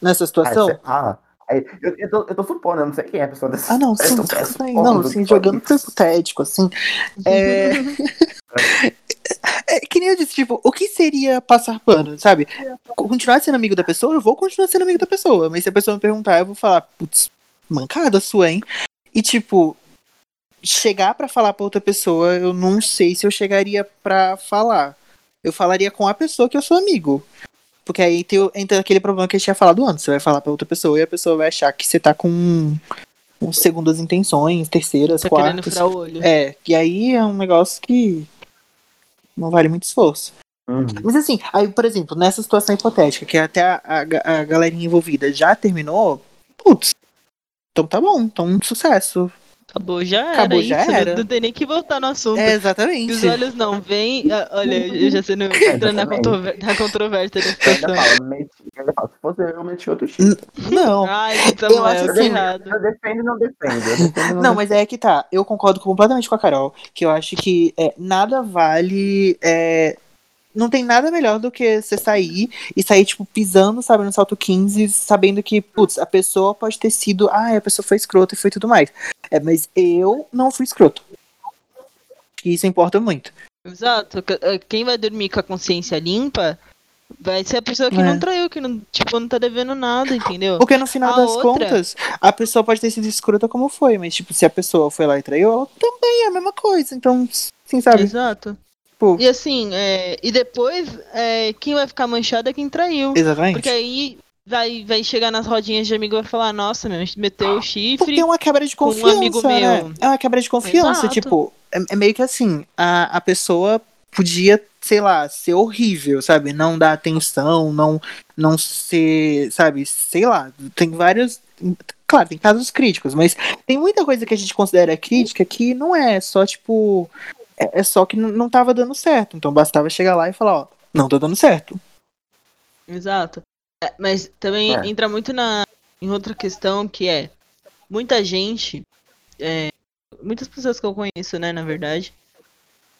Speaker 5: Nessa
Speaker 4: Ah,
Speaker 5: situação?
Speaker 4: cê- ah, aí- eu, eu tô, eu tô supondo, eu não sei quem é a pessoa dessa.
Speaker 5: Ah, não,
Speaker 4: eu
Speaker 5: sim.
Speaker 4: tô- eu tô
Speaker 5: sim,
Speaker 4: supondo
Speaker 5: não,
Speaker 4: que
Speaker 5: sim,
Speaker 4: foi
Speaker 5: jogando
Speaker 4: isso.
Speaker 5: hipotético, assim. É... É, que nem eu disse, tipo, o que seria passar pano, sabe?
Speaker 6: É.
Speaker 5: Continuar sendo amigo da pessoa, eu vou continuar sendo amigo da pessoa. Mas se a pessoa me perguntar, eu vou falar, putz, mancada sua, hein? E, tipo, chegar pra falar pra outra pessoa, eu não sei se eu chegaria pra falar. Eu falaria com a pessoa que eu sou amigo. Porque aí tem, o- entra aquele problema que a gente tinha falado antes. Você vai falar pra outra pessoa e a pessoa vai achar que você tá com com segundas intenções, terceiras,
Speaker 6: tá querendo
Speaker 5: quartas.
Speaker 6: furar o olho.
Speaker 5: É, e aí é um negócio que não vale muito esforço.
Speaker 4: Uhum.
Speaker 5: Mas assim, aí, por exemplo, nessa situação hipotética, que até a, a, ga- a galerinha envolvida já terminou, putz, então tá bom, então um sucesso.
Speaker 6: Acabou, já era.
Speaker 5: Acabou,
Speaker 6: isso,
Speaker 5: já
Speaker 6: não-
Speaker 5: era.
Speaker 6: Não, tem nem que voltar no assunto.
Speaker 5: É,
Speaker 6: Que
Speaker 5: exatamente.
Speaker 6: os olhos não veem. ah, Olha, eu já sendo entrando na, controver- na controvérsia da
Speaker 4: Eu ainda
Speaker 6: situação.
Speaker 4: falo, meti- eu ainda falo, se fosse eu, eu meti outro time.
Speaker 5: Não.
Speaker 6: Ai,
Speaker 5: Eu acho
Speaker 6: Samuel, que tá
Speaker 5: assim-
Speaker 6: errado.
Speaker 4: Eu defendo e não defendo. Eu defendo e não,
Speaker 5: Não, mas é que tá. Eu concordo completamente com a Carol, que eu acho que é, nada vale. é, não tem nada melhor do que você sair e sair, tipo, pisando, sabe, no salto 15, sabendo que, putz, a pessoa pode ter sido. Ah, a pessoa foi escrota e foi tudo mais. É, mas eu não fui escroto. E isso importa muito.
Speaker 6: Exato. que- eh, Quem vai dormir com a consciência limpa vai ser a pessoa que
Speaker 5: É.
Speaker 6: não traiu, que não, tipo, não tá devendo nada, entendeu?
Speaker 5: Porque no final
Speaker 6: A
Speaker 5: das
Speaker 6: outra-
Speaker 5: contas, a pessoa pode ter sido escrota como foi, mas, tipo, se a pessoa foi lá e traiu, ela também é a mesma coisa. Então, sim, sabe?
Speaker 6: Exato.
Speaker 5: Tipo-
Speaker 6: E assim, é, e depois, é, quem vai ficar manchado é quem traiu.
Speaker 5: Exatamente.
Speaker 6: Porque aí vai, vai chegar nas rodinhas de amigo e vai falar, nossa, meu, meteu o
Speaker 5: Porque
Speaker 6: chifre.
Speaker 5: é uma quebra de
Speaker 6: com um
Speaker 5: confiança,
Speaker 6: amigo
Speaker 5: né?
Speaker 6: meu.
Speaker 5: É uma quebra de confiança,
Speaker 6: Exato.
Speaker 5: tipo, é, é meio que assim, a, a pessoa podia, sei lá, ser horrível, sabe? Não dar atenção, não, não ser, sabe, sei lá, tem vários. Claro, tem casos críticos, mas tem muita coisa que a gente considera crítica que não é só, tipo. É, é só que n- não tava dando certo. Então bastava chegar lá e falar, ó, não tá dando certo.
Speaker 6: Exato. É, mas também
Speaker 4: É.
Speaker 6: entra muito na em outra questão que é muita gente, é, muitas pessoas que eu conheço, né, na verdade,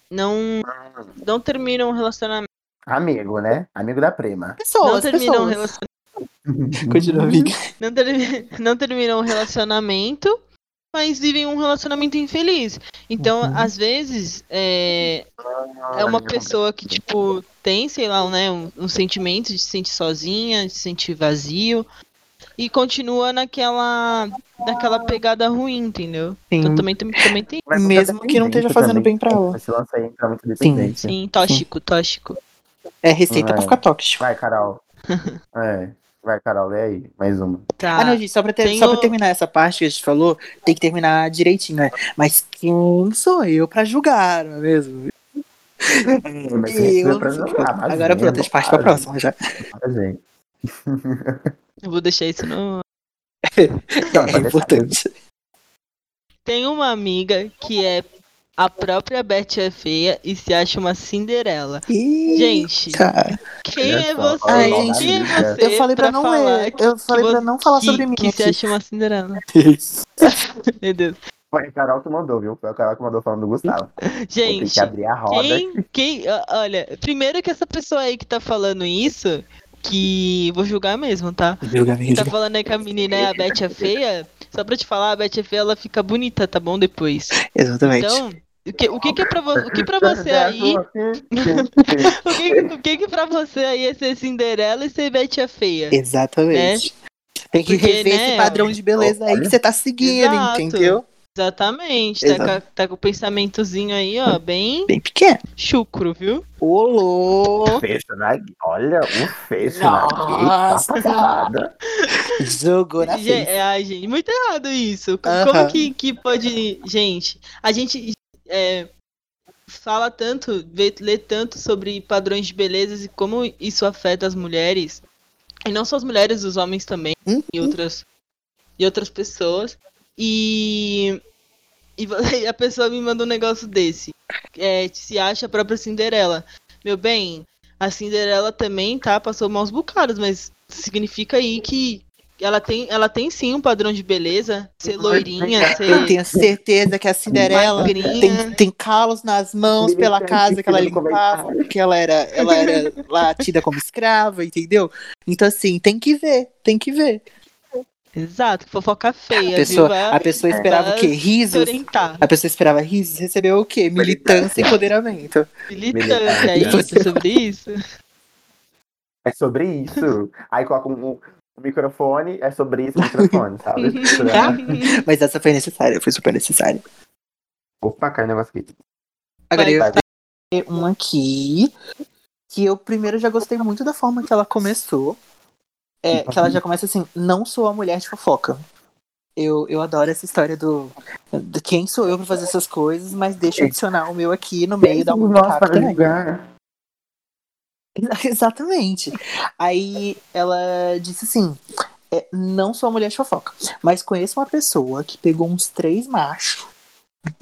Speaker 6: não não terminam o relacionamento,
Speaker 4: Amigo, né? Amigo da prima.
Speaker 6: não
Speaker 5: Pessoas,
Speaker 6: terminam o
Speaker 5: pessoas.
Speaker 6: relacionamento,
Speaker 5: Continua, amiga.
Speaker 6: não, termi- não terminam o relacionamento, mas vivem um relacionamento infeliz. Então, às vezes, é, é uma pessoa que, tipo, tem, sei lá, né, um, um sentimento de se sentir sozinha, de se sentir vazio. E continua naquela, naquela pegada ruim, entendeu? Então
Speaker 5: Sim.
Speaker 6: também, tem- também tem,
Speaker 4: Mas muita
Speaker 5: Mesmo que não esteja
Speaker 4: dependência
Speaker 5: fazendo
Speaker 4: também.
Speaker 5: bem pra ela.
Speaker 4: Esse lance aí entra muito
Speaker 5: Sim.
Speaker 4: dependência.
Speaker 6: sim, tóxico, tóxico.
Speaker 5: É receita pra
Speaker 4: É.
Speaker 5: ficar tóxico.
Speaker 4: Vai, Carol. É. Vai, Carol, lê aí. Mais uma.
Speaker 6: Tá.
Speaker 5: Ah, não, gente, só pra, ter-
Speaker 6: Tem
Speaker 5: só pra
Speaker 6: o-
Speaker 5: terminar essa parte que a gente falou, tem que terminar direitinho, né? Mas quem sou eu pra julgar, não é mesmo?
Speaker 4: Mas
Speaker 5: Eu
Speaker 4: você
Speaker 5: não
Speaker 4: pra
Speaker 5: sou-
Speaker 4: jogar, mas é
Speaker 5: Agora
Speaker 4: vem,
Speaker 5: pronto, a gente parte pra
Speaker 4: para,
Speaker 5: próxima já.
Speaker 4: para, gente.
Speaker 6: Eu vou deixar isso no.
Speaker 4: Não,
Speaker 5: É
Speaker 4: pode deixar.
Speaker 5: importante.
Speaker 6: Tem uma amiga que é a própria Betty é feia e se acha uma Cinderela. Gente,
Speaker 5: Eita.
Speaker 6: quem
Speaker 4: Olha
Speaker 6: é
Speaker 4: só,
Speaker 6: você?
Speaker 5: Ai,
Speaker 4: olha
Speaker 6: quem é
Speaker 4: lá, amiga.
Speaker 6: você
Speaker 5: eu falei pra, não
Speaker 6: falar
Speaker 5: ler, eu falei pra não falar
Speaker 6: que,
Speaker 5: sobre mim
Speaker 6: que se
Speaker 5: aqui.
Speaker 6: acha uma Cinderela? Meu Deus.
Speaker 4: Foi a Carol que mandou, viu? Foi a Carol que mandou falando do Gustavo. Vou ter
Speaker 6: Gente,
Speaker 4: que abrir a roda.
Speaker 6: Quem, quem, ó, olha, primeiro que essa pessoa aí que tá falando isso que. Vou julgar mesmo, tá? Tá falando aí que a menina é a Beth é feia. Só pra te falar, a Beth é feia, ela fica bonita, tá bom? Depois.
Speaker 5: Exatamente.
Speaker 6: Então, o que, o que, que é pra, vo- o que pra você
Speaker 4: é
Speaker 6: aí. O que, o que que pra você aí é ser Cinderela e ser Beth é feia?
Speaker 5: Exatamente. Tem que
Speaker 6: Porque,
Speaker 5: rever
Speaker 6: né,
Speaker 5: esse padrão de beleza aí que você tá seguindo,
Speaker 6: Exato.
Speaker 5: entendeu?
Speaker 6: Exatamente. Tá,
Speaker 5: Exato.
Speaker 6: com a- tá com o pensamentozinho aí, ó, bem
Speaker 5: Bem pequeno.
Speaker 6: chucro, viu?
Speaker 5: Ô, louco!
Speaker 4: Fecho na... Olha, um fecho na tá
Speaker 5: Nossa.
Speaker 4: Eita, parada.
Speaker 5: Jogou na
Speaker 6: Ge-
Speaker 5: frente.
Speaker 6: é, ai, gente, muito errado isso. Co-
Speaker 5: Aham.
Speaker 6: Como que, que pode. Gente, a gente é, fala tanto, vê, lê tanto sobre padrões de beleza e como isso afeta as mulheres. E não só as mulheres, os homens também.
Speaker 5: Uhum.
Speaker 6: E, outras, e outras pessoas. E. E vo- e a pessoa me manda um negócio desse. É, se acha a própria Cinderela. Meu bem, a Cinderela também, tá? Passou maus bocados, mas significa aí que ela tem, ela tem sim um padrão de beleza. Ser loirinha,
Speaker 5: Eu
Speaker 6: ser
Speaker 5: tenho certeza que a Cinderela
Speaker 6: magrinha.
Speaker 5: tem, tem calos nas mãos
Speaker 4: Ele
Speaker 5: pela
Speaker 4: tá
Speaker 5: casa que ela
Speaker 4: assistindo
Speaker 5: limpava,
Speaker 4: comentário.
Speaker 5: porque ela era, ela era lá tida como escrava, entendeu? Então, assim, tem que ver, tem que ver.
Speaker 6: Exato, fofoca feia.
Speaker 5: A pessoa,
Speaker 6: viu? Vai
Speaker 5: a pessoa esperava o quê?
Speaker 6: se
Speaker 5: Risos?
Speaker 6: orientar.
Speaker 5: A pessoa esperava risos, recebeu o quê? Militância e empoderamento.
Speaker 6: Militante, é
Speaker 5: Militante.
Speaker 6: isso, sobre isso.
Speaker 4: É sobre isso. Aí coloca um, um microfone, é sobre isso o microfone, sabe? Tipo, né?
Speaker 5: Mas essa foi necessária, foi super necessária.
Speaker 4: Opa, caiu um negócio aqui.
Speaker 5: Agora
Speaker 6: Vai,
Speaker 5: eu
Speaker 6: vai.
Speaker 5: ter uma aqui que eu primeiro já gostei muito da forma que ela começou. É, que ela já começa assim, não sou a mulher de fofoca. Eu, eu adoro essa história do, do quem sou eu pra fazer essas coisas, mas deixa eu adicionar o meu aqui no meio da um
Speaker 4: Nós
Speaker 5: pitaco
Speaker 4: para
Speaker 5: também.
Speaker 4: julgar.
Speaker 5: Exatamente. Aí ela disse assim: é, não sou a mulher de fofoca, mas conheço uma pessoa que pegou uns três machos.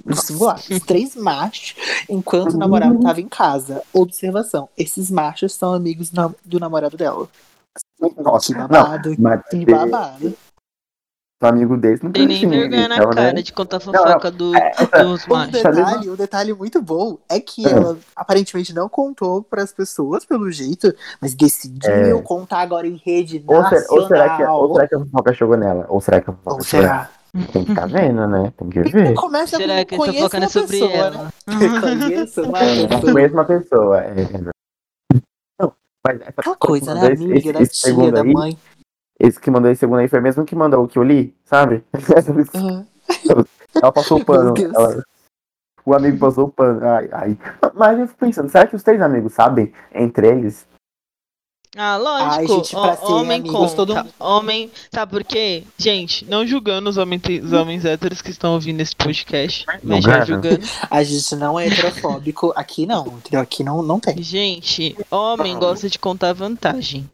Speaker 5: No singular, uns três machos, enquanto o namorado tava em casa. Observação: esses machos são amigos na- do namorado dela. Que
Speaker 4: Nossa, não. é,
Speaker 5: babado,
Speaker 4: Mas
Speaker 5: que babado.
Speaker 4: o amigo desse não
Speaker 6: Tem
Speaker 4: tem
Speaker 6: nem
Speaker 4: assim,
Speaker 6: vergonha na
Speaker 4: ela nem-
Speaker 6: cara de contar fofoca do, dos
Speaker 5: Um
Speaker 6: machos.
Speaker 5: detalhe, um detalhe muito bom é que
Speaker 4: É.
Speaker 5: ela aparentemente não contou pras pessoas, pelo jeito, mas decidiu contar agora em rede
Speaker 4: É. Ou,
Speaker 5: nacional.
Speaker 4: se- ou será que, é ou será que a fofoca chegou nela? Ou será que a fofoca
Speaker 5: Ou
Speaker 4: chegou
Speaker 5: será?
Speaker 4: nela? Tem que ficar vendo, né? Tem que
Speaker 5: Então
Speaker 4: ver.
Speaker 5: Começa
Speaker 6: Será
Speaker 5: com
Speaker 6: que
Speaker 5: conheço
Speaker 6: essa fofoca não
Speaker 5: uma
Speaker 6: é sobre
Speaker 5: pessoa,
Speaker 6: ela?
Speaker 5: né? Conheço uma pessoa.
Speaker 4: É, Mesma pessoa. É. Não, mas essa
Speaker 5: Aquela coisa, né?
Speaker 4: mandou esse-
Speaker 5: Amiga,
Speaker 4: esse-
Speaker 5: da
Speaker 4: esse
Speaker 5: tia,
Speaker 4: segundo
Speaker 5: da
Speaker 4: aí,
Speaker 5: mãe.
Speaker 4: Esse que mandou esse segundo aí foi o mesmo que mandou o que eu li, sabe?
Speaker 5: Uhum.
Speaker 4: Ela passou o pano.
Speaker 5: Meu Deus.
Speaker 4: ela- O amigo passou o pano. Ai, ai. Mas eu fico pensando, será que os três amigos sabem entre eles?
Speaker 6: Ah, lógico.
Speaker 5: Ai, gente, pra
Speaker 6: ho-
Speaker 5: ser
Speaker 6: homem
Speaker 5: amigos,
Speaker 6: conta.
Speaker 5: todo mundo-
Speaker 6: Homem. Sabe por quê? Gente, não julgando os homens, os homens héteros que estão ouvindo esse podcast. Mas já
Speaker 4: Julgando?
Speaker 6: julgando.
Speaker 5: A gente não é heterofóbico. Aqui não, entendeu? Aqui não, não tem.
Speaker 6: Gente, homem gosta de contar vantagem.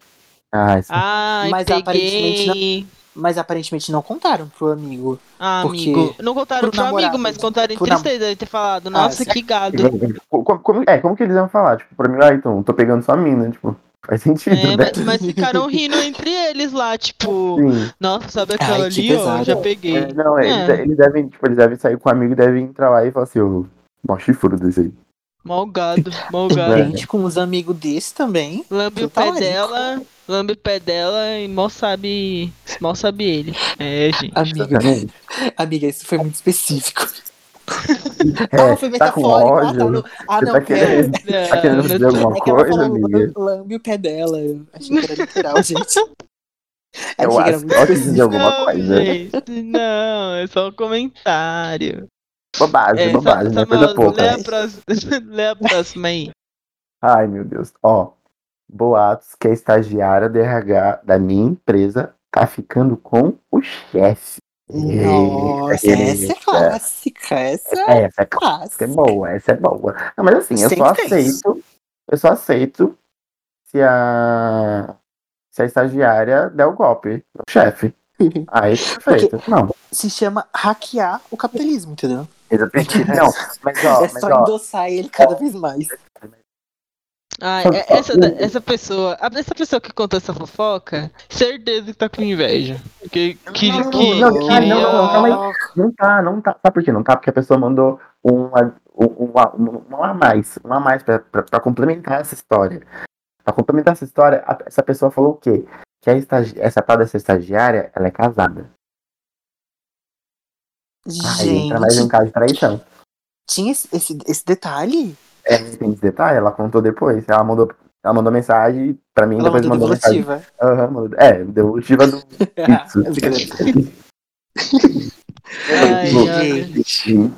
Speaker 4: Ah, isso.
Speaker 6: Ai,
Speaker 5: Mas aparentemente
Speaker 6: peguei.
Speaker 5: Mas aparentemente não contaram pro amigo.
Speaker 6: Ah,
Speaker 5: Porque-
Speaker 6: amigo. Não contaram
Speaker 5: pro
Speaker 6: pro amigo,
Speaker 5: namorado,
Speaker 6: mas contaram em
Speaker 5: pro nam- Ah,
Speaker 6: tristeza de ter falado.
Speaker 5: sim.
Speaker 6: Nossa, que gado.
Speaker 4: Tipo, Co- Como, como- é, como que eles iam falar? Tipo, pra mim, ah, então, tô pegando sua mina, tipo, faz sentido, né?
Speaker 6: É, mas, mas ficaram rindo entre eles lá, tipo,
Speaker 4: Sim.
Speaker 6: nossa, sabe aquela
Speaker 5: Ai, que
Speaker 6: ali, ó,
Speaker 5: pesado.
Speaker 6: já peguei.
Speaker 4: É, não, é, eles,
Speaker 6: É.
Speaker 4: eles devem, tipo, eles devem sair com o amigo e devem entrar lá e falar assim, ô, mó chifuro desse aí.
Speaker 6: Mal gado, mal
Speaker 5: Tem
Speaker 6: gado.
Speaker 4: É.
Speaker 5: gente com uns amigos desse também.
Speaker 6: Lambe o
Speaker 5: Tá
Speaker 6: pé
Speaker 5: rico.
Speaker 6: dela, lambe o pé dela e mal sabe, mal sabe ele. É, gente.
Speaker 5: Amiga,
Speaker 4: Exatamente.
Speaker 5: amiga, isso foi muito específico.
Speaker 4: É,
Speaker 5: ah, foi
Speaker 4: tá com
Speaker 5: metafórico. ah, tá,
Speaker 4: ódio,
Speaker 5: não. Ah,
Speaker 4: você
Speaker 5: não,
Speaker 4: tá
Speaker 5: pera.
Speaker 4: querendo,
Speaker 6: É,
Speaker 4: tá querendo fazer
Speaker 6: eu-
Speaker 4: alguma
Speaker 5: É que ela
Speaker 4: coisa,
Speaker 5: falou
Speaker 4: amiga?
Speaker 5: lambe, lambe o pé dela. Eu achei que era literal, gente. Achei
Speaker 4: Eu
Speaker 5: que era
Speaker 4: acho que
Speaker 5: muito
Speaker 4: ela quis dizer
Speaker 5: específico.
Speaker 4: alguma
Speaker 6: não,
Speaker 4: coisa.
Speaker 6: gente, não, é só um comentário.
Speaker 4: Bobagem,
Speaker 6: É,
Speaker 4: bobagem, né?
Speaker 6: Samuel,
Speaker 4: Coisa pouca.
Speaker 6: lê,
Speaker 4: né?
Speaker 6: a próxima, lê a próxima aí.
Speaker 4: Ai, meu Deus. Ó, boatos que a estagiária de RH da minha empresa tá ficando com o chefe.
Speaker 5: Nossa, essa é clássica. Essa
Speaker 4: É, essa
Speaker 5: clássica.
Speaker 4: é clássica, é boa, essa é boa. Não, mas assim, eu só
Speaker 5: Sempre tem.
Speaker 4: aceito, eu só aceito se a, se a estagiária der o golpe no chefe.
Speaker 5: Uhum.
Speaker 4: Aí, perfeito. Não,
Speaker 5: Se chama hackear o capitalismo, entendeu?
Speaker 4: exatamente. Não, mas ó,
Speaker 5: é
Speaker 4: mas
Speaker 5: só
Speaker 4: ó,
Speaker 5: endossar ele cada vez mais.
Speaker 6: Ah,
Speaker 4: Sabe-
Speaker 6: é- essa, da- essa pessoa, a- essa pessoa que contou essa fofoca, certeza que tá com inveja. Que, que,
Speaker 4: Não,
Speaker 6: que-
Speaker 4: não,
Speaker 6: que- é
Speaker 4: não, não, não, calma aí.
Speaker 6: ó,
Speaker 4: Não tá, não tá. Sabe por que não tá? Porque a pessoa mandou um, a- um, um, a- um, um a mais, um a mais pra, pra, pra complementar essa história. Pra complementar essa história, a- essa pessoa falou o quê? Que a estagi- essa tal dessa estagiária, ela é casada. Aí entra mais um
Speaker 5: Gente,
Speaker 4: caso de traição.
Speaker 5: tinha esse, esse, esse detalhe?
Speaker 4: É, tem esse detalhe, ela contou depois. Ela mandou, ela mandou mensagem pra mim,
Speaker 5: Ela
Speaker 4: depois
Speaker 5: mandou
Speaker 4: mandou mensagem.
Speaker 5: devolutiva. É,
Speaker 4: Aham, mandou- é, devolutiva do
Speaker 5: Brincadeira.
Speaker 4: isso.
Speaker 6: Ai,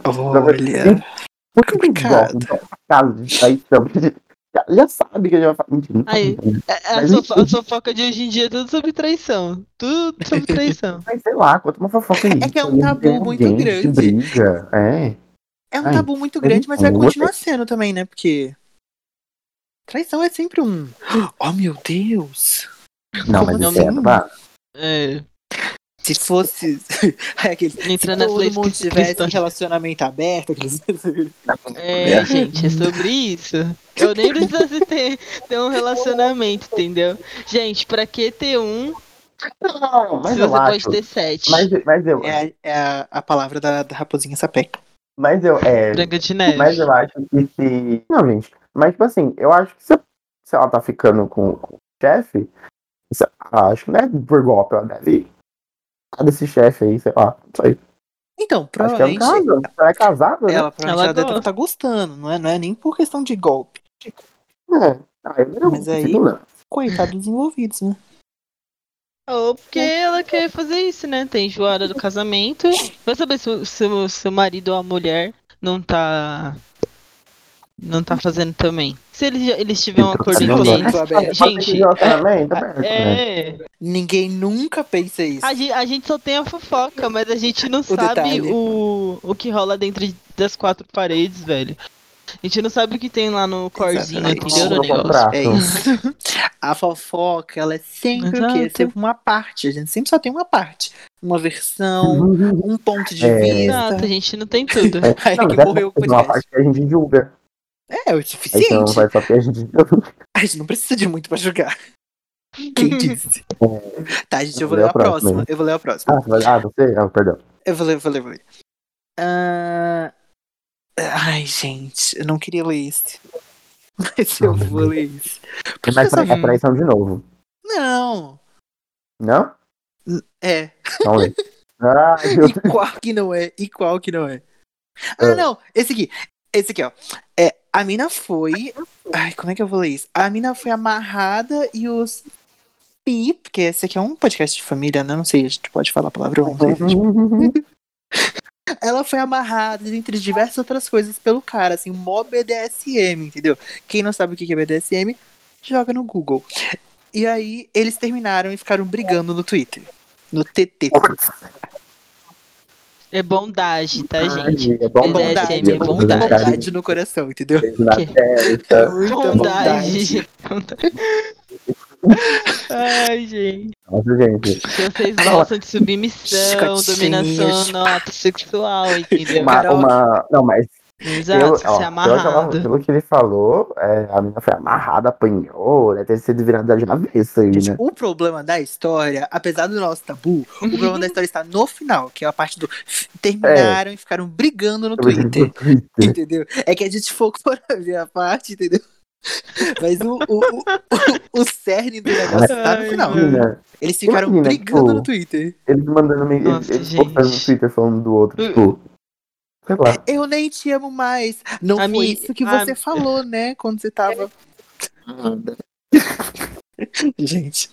Speaker 4: Bom,
Speaker 6: olha.
Speaker 5: Olha.
Speaker 4: Muito
Speaker 5: complicado.
Speaker 4: Caso de traição. Já, Então, já sabe que a gente vai falar. Mentira, não tá
Speaker 6: Aí.
Speaker 4: bom.
Speaker 6: A, a
Speaker 4: Mas
Speaker 6: sofo-
Speaker 4: enfim.
Speaker 6: a fofoca de hoje em dia é tudo sobre traição. Tudo sobre traição.
Speaker 4: Mas sei lá, conta uma fofoca aí.
Speaker 5: É que é um
Speaker 4: Alguém-
Speaker 5: tabu muito
Speaker 4: alguém
Speaker 5: grande.
Speaker 4: se briga. É.
Speaker 5: É um
Speaker 4: Ai,
Speaker 5: tabu muito
Speaker 4: mas
Speaker 5: grande, mas vai
Speaker 4: então,
Speaker 5: continuar sendo também, né? Porque. Traição é sempre um. Oh meu Deus!
Speaker 4: Não,
Speaker 5: Como
Speaker 4: mas isso
Speaker 5: assim?
Speaker 4: é babado.
Speaker 6: É,
Speaker 5: Se fosse. Ai, aquele... Se
Speaker 6: entrando nas
Speaker 5: todo
Speaker 6: leis
Speaker 5: mundo tivesse um
Speaker 6: cristãs.
Speaker 5: relacionamento aberto, aqueles.
Speaker 6: É, gente, é sobre isso. Eu nem precisasse ter, ter um relacionamento, entendeu? Gente, pra que ter um
Speaker 4: Não, mas
Speaker 6: se
Speaker 4: eu
Speaker 6: você
Speaker 4: acho.
Speaker 6: pode ter sete?
Speaker 4: Mas, mas eu.
Speaker 5: É, a, é a, a palavra da, da raposinha sapeca.
Speaker 4: Mas eu. É,
Speaker 6: Branca de neve.
Speaker 4: mas eu acho que se. Não, gente. Mas, tipo assim, eu acho que se, se ela tá ficando com, com o chefe, isso- ah, acho que não é por golpe, ela deve. Ah, desse chefe aí, sei lá. Não sei.
Speaker 5: Então,
Speaker 4: Acho que é um
Speaker 5: provavelmente.
Speaker 4: caso. Ela é casada, né?
Speaker 5: Ela provavelmente
Speaker 6: Ela
Speaker 5: ela deve
Speaker 6: gosta.
Speaker 5: tá gostando, não é? Não é nem por questão de golpe.
Speaker 4: É. Ah, eu não
Speaker 5: Mas aí-
Speaker 4: consigo, não.
Speaker 5: Coitado dos envolvidos, né?
Speaker 6: Ou porque ela quer fazer isso, né? Tem enjoada do casamento. Vai saber se o se o seu marido ou a mulher não tá. Não tá fazendo também. Se eles, já- eles tiverem um
Speaker 4: Então,
Speaker 6: acordo
Speaker 4: tá
Speaker 6: entre eles.
Speaker 5: Muito aberto.
Speaker 6: Gente,
Speaker 4: Relacionamento aberto, né?
Speaker 6: É.
Speaker 5: Ninguém nunca pensa isso.
Speaker 6: A gente, a gente só tem a fofoca, mas a gente não
Speaker 5: detalhe.
Speaker 6: sabe o, o que rola dentro de- das quatro paredes, velho. A gente não sabe o que tem lá no corzinho,
Speaker 5: Exatamente.
Speaker 6: entendeu?
Speaker 4: Vamos
Speaker 6: No negócio.
Speaker 4: comprar.
Speaker 5: É isso. A fofoca, ela é sempre o quê? É
Speaker 6: Exato.
Speaker 5: sempre uma parte. A gente sempre só tem uma parte. Uma versão, um ponto de
Speaker 4: É.
Speaker 6: Exato, a
Speaker 5: vista.
Speaker 6: gente não tem tudo.
Speaker 5: Aí
Speaker 4: Não,
Speaker 5: que
Speaker 4: mas
Speaker 5: morreu o
Speaker 4: é uma
Speaker 5: podcast.
Speaker 4: parte que a gente julga.
Speaker 5: É, é o
Speaker 4: Aí
Speaker 5: suficiente.
Speaker 4: Então vai só que a gente julga.
Speaker 5: A gente não precisa de muito pra julgar. Quem disse? tá, gente, eu vou
Speaker 4: Lê
Speaker 5: ler
Speaker 4: a
Speaker 5: a próxima.
Speaker 4: próxima.
Speaker 5: Eu vou ler a próxima.
Speaker 4: Ah, vai- ah, você? Ah, perdão.
Speaker 5: Eu vou ler, vou ler, vou ler. Ah, Ai, gente, eu não queria ler esse. Mas eu vou ler esse. Por que
Speaker 4: Mas
Speaker 5: essa-
Speaker 4: pra- é traição de novo.
Speaker 5: Não.
Speaker 4: Não?
Speaker 5: É.
Speaker 4: Não lê. Ah, eu...
Speaker 5: E qual que não é? E qual que não é? Ah,
Speaker 4: Ah.
Speaker 5: não! Esse aqui. Esse aqui, ó. É, a mina foi. Ai, como é que eu vou ler isso? A mina foi amarrada e os. Pi, porque esse aqui é um podcast de família, né? Não sei, a gente pode falar palavrão. não sei,
Speaker 4: Uhum.
Speaker 5: gente. Ela foi amarrada, entre diversas outras coisas, pelo cara, assim, mó BDSM, entendeu? Quem não sabe o que é BDSM, joga no Google. E aí, eles terminaram e ficaram brigando no Twitter. No TT.
Speaker 6: É bondade, tá, gente?
Speaker 4: É bom
Speaker 6: Bondade,
Speaker 5: bondade,
Speaker 6: é bondade.
Speaker 5: bondade no coração, entendeu?
Speaker 4: Na
Speaker 6: É
Speaker 4: testa.
Speaker 5: Muita
Speaker 6: Bondade. Ai, gente.
Speaker 4: Nossa, gente.
Speaker 6: Se vocês gostam de submissão,
Speaker 5: Chicotinhas.
Speaker 6: dominação, nota sexual, entendeu?
Speaker 4: Uma,
Speaker 5: Carol.
Speaker 4: uma... Não, mas
Speaker 6: Exato,
Speaker 4: pelo, ó,
Speaker 6: ser
Speaker 4: pelo que ela-
Speaker 6: amarrado.
Speaker 4: pelo que ele falou, é, a menina foi amarrada, apanhou, né? Deve ser virada de avesso aí, né?
Speaker 5: O problema da história, apesar do nosso tabu, o
Speaker 6: Uhum.
Speaker 5: problema da história está no final, que é a parte do f- terminaram e ficaram brigando
Speaker 6: Tipo
Speaker 5: no Twitter. Entendeu? É que a gente focou na minha parte, entendeu? Mas o, o, o, o- o cerne do negócio tá no
Speaker 6: Ai,
Speaker 5: final.
Speaker 6: meu.
Speaker 4: Imagina,
Speaker 5: Eles ficaram
Speaker 4: Imagina,
Speaker 5: brigando
Speaker 4: tipo,
Speaker 5: no Twitter.
Speaker 4: né? eles mandando me- eles,
Speaker 6: Nossa,
Speaker 4: eles postando no
Speaker 6: gente. Hum.
Speaker 4: Twitter falando do outro, tipo. Sei lá.
Speaker 5: Eu nem te amo mais. Não
Speaker 6: A
Speaker 5: foi
Speaker 6: mi-
Speaker 5: isso que
Speaker 6: a-
Speaker 5: você falou, né? Quando você tava. Gente.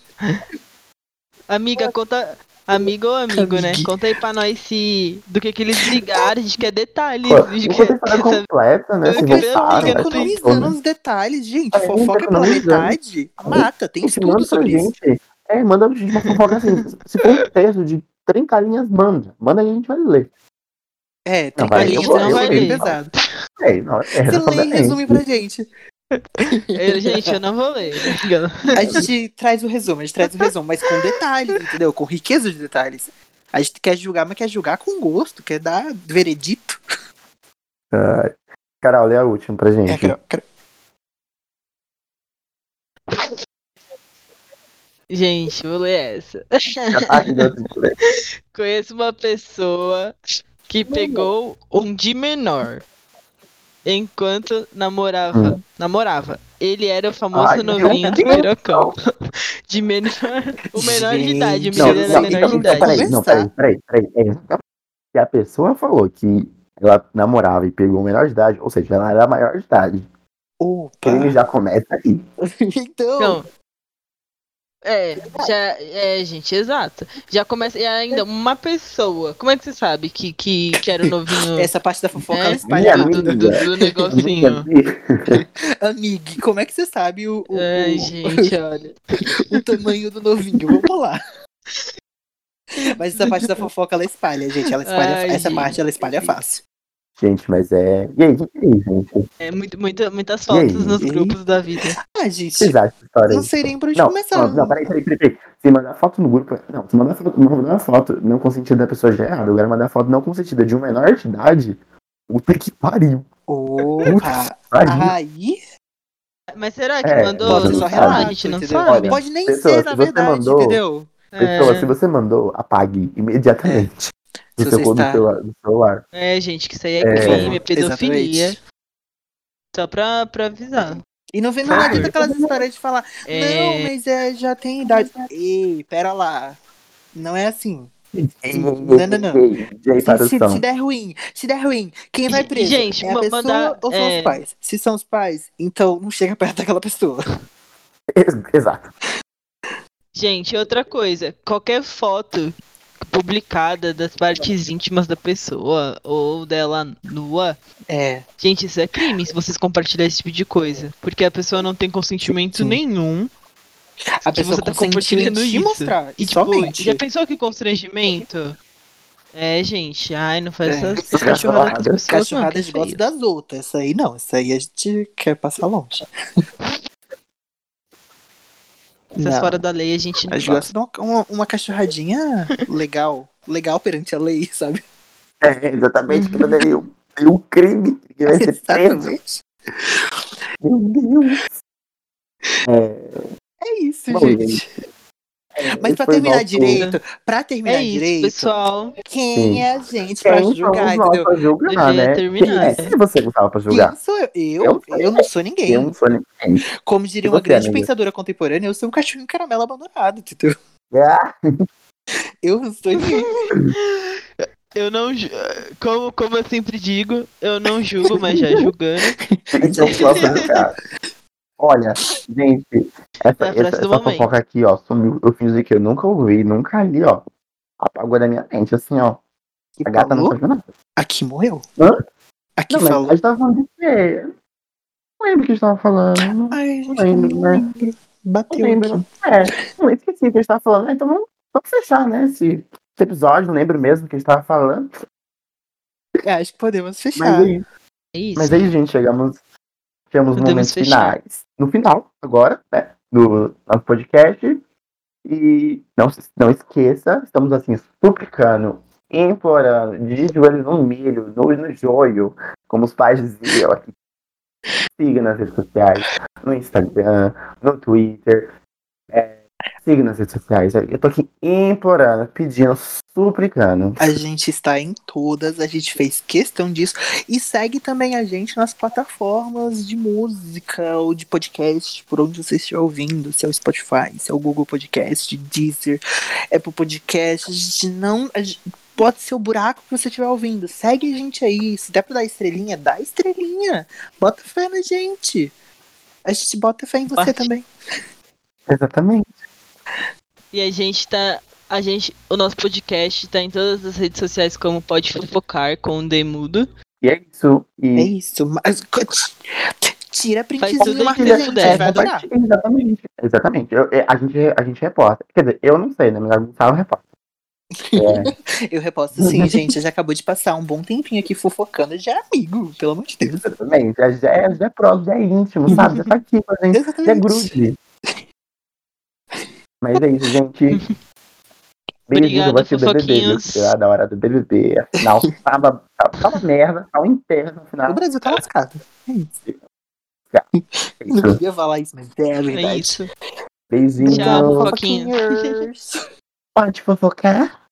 Speaker 6: Amiga, conta. Amigo ou amigo, né?
Speaker 5: Amigui.
Speaker 6: Conta aí pra nós se. Do que, que eles brigaram, a gente quer detalhes.
Speaker 4: Pô,
Speaker 6: a gente
Speaker 4: não
Speaker 6: quer-
Speaker 4: conta a história
Speaker 6: sabe?
Speaker 4: completa, né?
Speaker 6: Eu
Speaker 4: Se
Speaker 6: queria
Speaker 4: voltaram.
Speaker 6: ligar
Speaker 4: né,
Speaker 6: com o
Speaker 4: tudo.
Speaker 5: Economizando os detalhes, gente.
Speaker 4: É,
Speaker 5: Fofoca pela
Speaker 4: economizando.
Speaker 5: metade. Mata, tem
Speaker 4: Gente, manda
Speaker 5: estudo
Speaker 4: pra
Speaker 5: sobre isso.
Speaker 4: gente. É, manda uma fofoca assim. se for um texto de 30 linhas, manda. Manda e a gente vai ler.
Speaker 5: É, tem
Speaker 4: Não, vai,
Speaker 5: galinha,
Speaker 6: eu vou-
Speaker 5: senão
Speaker 6: eu
Speaker 5: vai
Speaker 6: vou
Speaker 5: bem
Speaker 6: ler.
Speaker 5: pesado.
Speaker 4: É, não, é,
Speaker 5: Você lê e
Speaker 4: também.
Speaker 5: resume pra gente.
Speaker 6: Eu- gente, eu não vou ler.
Speaker 5: A gente traz o resumo, a gente traz o resumo, mas com detalhes, entendeu? Com riqueza de detalhes. A gente quer julgar, mas quer julgar com gosto, quer dar veredito.
Speaker 4: Ai. Carol, lê a última pra gente.
Speaker 5: É, Carol, Carol.
Speaker 6: Gente, vou ler essa.
Speaker 4: Ah, que Deus te livre.
Speaker 6: Conheço uma pessoa que pegou um de menor enquanto namorava namorava. Ele era o famoso
Speaker 4: Ai, meu
Speaker 6: novinho do
Speaker 4: Deus.
Speaker 6: pirocão. De menor. O menor de idade, o
Speaker 5: Gente.
Speaker 4: Não,
Speaker 6: menino era
Speaker 4: não,
Speaker 6: menor de
Speaker 4: então,
Speaker 6: idade.
Speaker 4: peraí, não, peraí, peraí, peraí, é. Se a pessoa falou que ela namorava e pegou menor de idade, ou seja, ela era maior de idade, o
Speaker 5: Opa!
Speaker 4: crime já começa aí.
Speaker 5: então,
Speaker 6: Então. É, já, é, gente, exato. Já começa. E ainda, uma pessoa. Como é que você sabe que, que, que era o novinho
Speaker 5: essa parte da fofoca
Speaker 6: É.
Speaker 5: ela
Speaker 6: do,
Speaker 5: espalha.
Speaker 4: Minha
Speaker 6: do, do,
Speaker 4: amiga.
Speaker 6: do negocinho?
Speaker 5: Amigo, como é que você sabe o, o,
Speaker 6: Ai,
Speaker 5: o-
Speaker 6: gente, olha.
Speaker 5: o tamanho do novinho? Vamos lá. Mas essa parte da fofoca ela espalha, gente. Ela espalha,
Speaker 6: Ai,
Speaker 5: essa
Speaker 6: gente.
Speaker 5: parte ela espalha fácil.
Speaker 4: Gente, mas é. E aí, o que é isso, gente?
Speaker 6: É muito, muito, muitas fotos nos
Speaker 5: E-
Speaker 6: grupos da vida.
Speaker 5: Ah, gente,
Speaker 4: Vocês acham essa história?
Speaker 5: não sei nem pra onde
Speaker 4: Não,
Speaker 5: começar.
Speaker 4: não, não, peraí, peraí, peraí, peraí. Se mandar foto no grupo. Não, se mandar foto, não mandar foto não consentida da pessoa já é errado. Agora mandar foto não consentida de um menor de idade. Puta que pariu.
Speaker 5: Opa! Ah,
Speaker 4: pariu.
Speaker 5: Aí,
Speaker 6: Mas será que
Speaker 4: É,
Speaker 6: mandou?
Speaker 4: bota
Speaker 5: você
Speaker 4: no
Speaker 5: só
Speaker 4: sabe.
Speaker 5: relaxa,
Speaker 6: a gente não
Speaker 5: entendeu?
Speaker 6: sabe.
Speaker 5: Pode nem
Speaker 4: pessoa,
Speaker 5: ser,
Speaker 4: se
Speaker 5: na
Speaker 4: você
Speaker 5: verdade,
Speaker 4: mandou-
Speaker 5: entendeu?
Speaker 4: Pessoa, se
Speaker 6: É,
Speaker 4: você mandou, apague imediatamente.
Speaker 5: É.
Speaker 4: Do,
Speaker 5: Se
Speaker 4: seu,
Speaker 5: você
Speaker 4: do
Speaker 5: está-
Speaker 4: celular, do celular.
Speaker 6: é, gente, que isso aí é
Speaker 4: É,
Speaker 6: crime, é
Speaker 5: exatamente.
Speaker 6: pedofilia. Só pra, pra avisar.
Speaker 5: E não vem não
Speaker 4: Ah,
Speaker 5: adianta aquelas histórias de falar, não,
Speaker 6: É,
Speaker 5: mas é, já tem idade. Ei, pera lá. Não é assim.
Speaker 4: Não,
Speaker 5: não, não.
Speaker 4: Gente,
Speaker 5: Se, se-
Speaker 4: tradução.
Speaker 5: se der ruim, se der ruim, quem vai preso?
Speaker 6: Gente,
Speaker 5: é a
Speaker 6: ma-
Speaker 5: pessoa
Speaker 6: mandar-
Speaker 5: ou são
Speaker 6: é.
Speaker 5: os pais? Se são os pais, então não chega perto daquela pessoa.
Speaker 4: Ex- Exato.
Speaker 6: gente, outra coisa. Qualquer foto publicada das partes íntimas da pessoa ou dela nua,
Speaker 5: É.
Speaker 6: gente, isso é crime se vocês compartilharem esse tipo de coisa. Porque a pessoa não tem consentimento
Speaker 5: Sim.
Speaker 6: nenhum.
Speaker 5: A pessoa
Speaker 6: você tá
Speaker 5: consentiu em
Speaker 6: compartilhando
Speaker 5: te
Speaker 6: isso.
Speaker 5: mostrar.
Speaker 6: E,
Speaker 5: E,
Speaker 6: tipo,
Speaker 5: somente.
Speaker 6: já pensou que constrangimento? É, gente, ai, não faz
Speaker 5: É.
Speaker 6: essas
Speaker 4: Cachorrada.
Speaker 6: cachorradas com as pessoas, não, que
Speaker 5: Cachorradas
Speaker 6: feio.
Speaker 5: gostam das outras. Isso aí não, isso aí a gente quer passar longe.
Speaker 6: Essas
Speaker 5: Não.
Speaker 6: fora da lei a gente não
Speaker 5: A gente
Speaker 6: gosta.
Speaker 5: gosta de uma, uma, uma cachorradinha legal. Legal perante a lei, sabe?
Speaker 4: É, exatamente. Que daí o, o crime que vai ser preso.
Speaker 5: Exatamente.
Speaker 4: Meu Deus. É,
Speaker 5: É isso,
Speaker 4: Bom,
Speaker 5: gente. Mas
Speaker 4: esse
Speaker 5: pra
Speaker 4: foi o
Speaker 5: terminar
Speaker 4: nosso-
Speaker 5: direito, pra terminar
Speaker 6: É isso,
Speaker 5: direito,
Speaker 6: pessoal.
Speaker 5: quem
Speaker 4: Sim.
Speaker 5: é a gente pra
Speaker 4: Quem somos
Speaker 5: julgar,
Speaker 4: nós
Speaker 5: entendeu? Uhum,
Speaker 4: pra julgar,
Speaker 6: Deveria
Speaker 4: né? Quem
Speaker 6: terminar,
Speaker 4: é?
Speaker 6: né?
Speaker 4: Se você gostava pra julgar?
Speaker 5: Quem sou eu? Eu,
Speaker 4: Eu-
Speaker 5: eu, não sou ninguém.
Speaker 4: Eu não sou ninguém.
Speaker 5: Como diria
Speaker 4: E
Speaker 5: uma
Speaker 4: você,
Speaker 5: grande
Speaker 4: amiga?
Speaker 5: pensadora contemporânea, eu sou um cachorro em caramelo abandonado, entendeu?
Speaker 4: Ah,
Speaker 5: Eu não sou ninguém.
Speaker 6: Eu não. ju- Como, como eu sempre digo, eu não julgo, mas já julgando.
Speaker 4: então eu posso julgar. Olha, gente, essa,
Speaker 6: É a frase
Speaker 4: essa,
Speaker 6: do
Speaker 4: essa
Speaker 6: momento.
Speaker 4: fofoca aqui, ó, sumiu. Eu fiz o que eu nunca ouvi, nunca li, ó. Apagou da minha mente, assim, ó.
Speaker 5: Que
Speaker 4: A gata não
Speaker 5: falou,
Speaker 4: sabe nada.
Speaker 5: aqui morreu.
Speaker 4: Hã?
Speaker 5: Aqui
Speaker 4: Não, mas
Speaker 5: falou.
Speaker 4: a gente tava falando de quê? Não lembro o que a gente tava falando.
Speaker 5: Ai,
Speaker 4: Não
Speaker 5: gente,
Speaker 4: lembro,
Speaker 5: não
Speaker 4: né?
Speaker 5: lembro.
Speaker 4: Não
Speaker 5: Bateu
Speaker 4: lembro.
Speaker 5: aqui.
Speaker 4: É, não esqueci o que a gente tava falando. Então vamos, vamos fechar, né? Esse, esse episódio, não lembro mesmo o que a gente tava falando.
Speaker 5: É, acho que podemos
Speaker 4: Mas
Speaker 5: fechar.
Speaker 4: aí,
Speaker 6: É isso.
Speaker 4: Mas aí, gente, chegamos, chegamos nos
Speaker 6: Podemos
Speaker 4: momentos
Speaker 6: fechar.
Speaker 4: finais. No final, agora, né, do nosso podcast. E não, se- não esqueça, estamos assim, suplicando, implorando, de joelho no milho, no, no joio, como os pais diziam aqui. Siga nas redes sociais, no Instagram, no Twitter. é, siga nas redes sociais. Eu tô aqui implorando, pedindo, suplicando.
Speaker 5: A gente está em todas, a gente fez questão disso. E segue também a gente nas plataformas de música ou de podcast, por onde você estiver ouvindo, se é o Spotify, se é o Google Podcast, Deezer, Apple Podcast. A gente não. a gente- pode ser o buraco que você estiver ouvindo. Segue a gente aí. Se der pra dar estrelinha, dá estrelinha. Bota fé na gente. A gente bota fé em você
Speaker 6: Parte-
Speaker 5: também.
Speaker 4: Exatamente.
Speaker 6: E a gente tá. A gente, o nosso podcast tá em todas as redes sociais como Pode Fofocar com o Demudo.
Speaker 4: E é isso.
Speaker 5: É
Speaker 4: E
Speaker 5: isso. Mas, tira a
Speaker 6: tudo
Speaker 5: printzinho e
Speaker 6: aí
Speaker 5: marca
Speaker 6: que
Speaker 5: a gente.
Speaker 6: puder.
Speaker 5: Vai adorar.
Speaker 4: compartilha, é, Exatamente. Exatamente. Eu- eu- a, gente, a gente reporta. Quer dizer, eu não sei, né? Mas o Gustavo reporta. É,
Speaker 5: Eu reposto sim, gente. Já acabou de passar um bom tempinho aqui fofocando de amigo, pelo amor de Deus.
Speaker 4: exatamente. Já, já, é- já é próximo, já é íntimo, sabe? Já tá aqui com a gente. Já é grude. Mas é isso, gente. Beijinho, eu
Speaker 6: Obrigada,
Speaker 4: vou assistir o BBB, viu?
Speaker 6: fofoquinhos.
Speaker 4: Lá da hora do BBB. Afinal, tava, tava, tava merda, tava um interno.
Speaker 5: O
Speaker 4: Afinal,
Speaker 5: Brasil tá lascado. É isso.
Speaker 4: é
Speaker 5: Não
Speaker 4: isso.
Speaker 5: queria falar isso, mas é verdade.
Speaker 6: É isso.
Speaker 4: Beijinho.
Speaker 6: Tchau,
Speaker 5: Então,
Speaker 6: fofoquinha.
Speaker 5: fofoquinhas.
Speaker 4: Pode fofocar?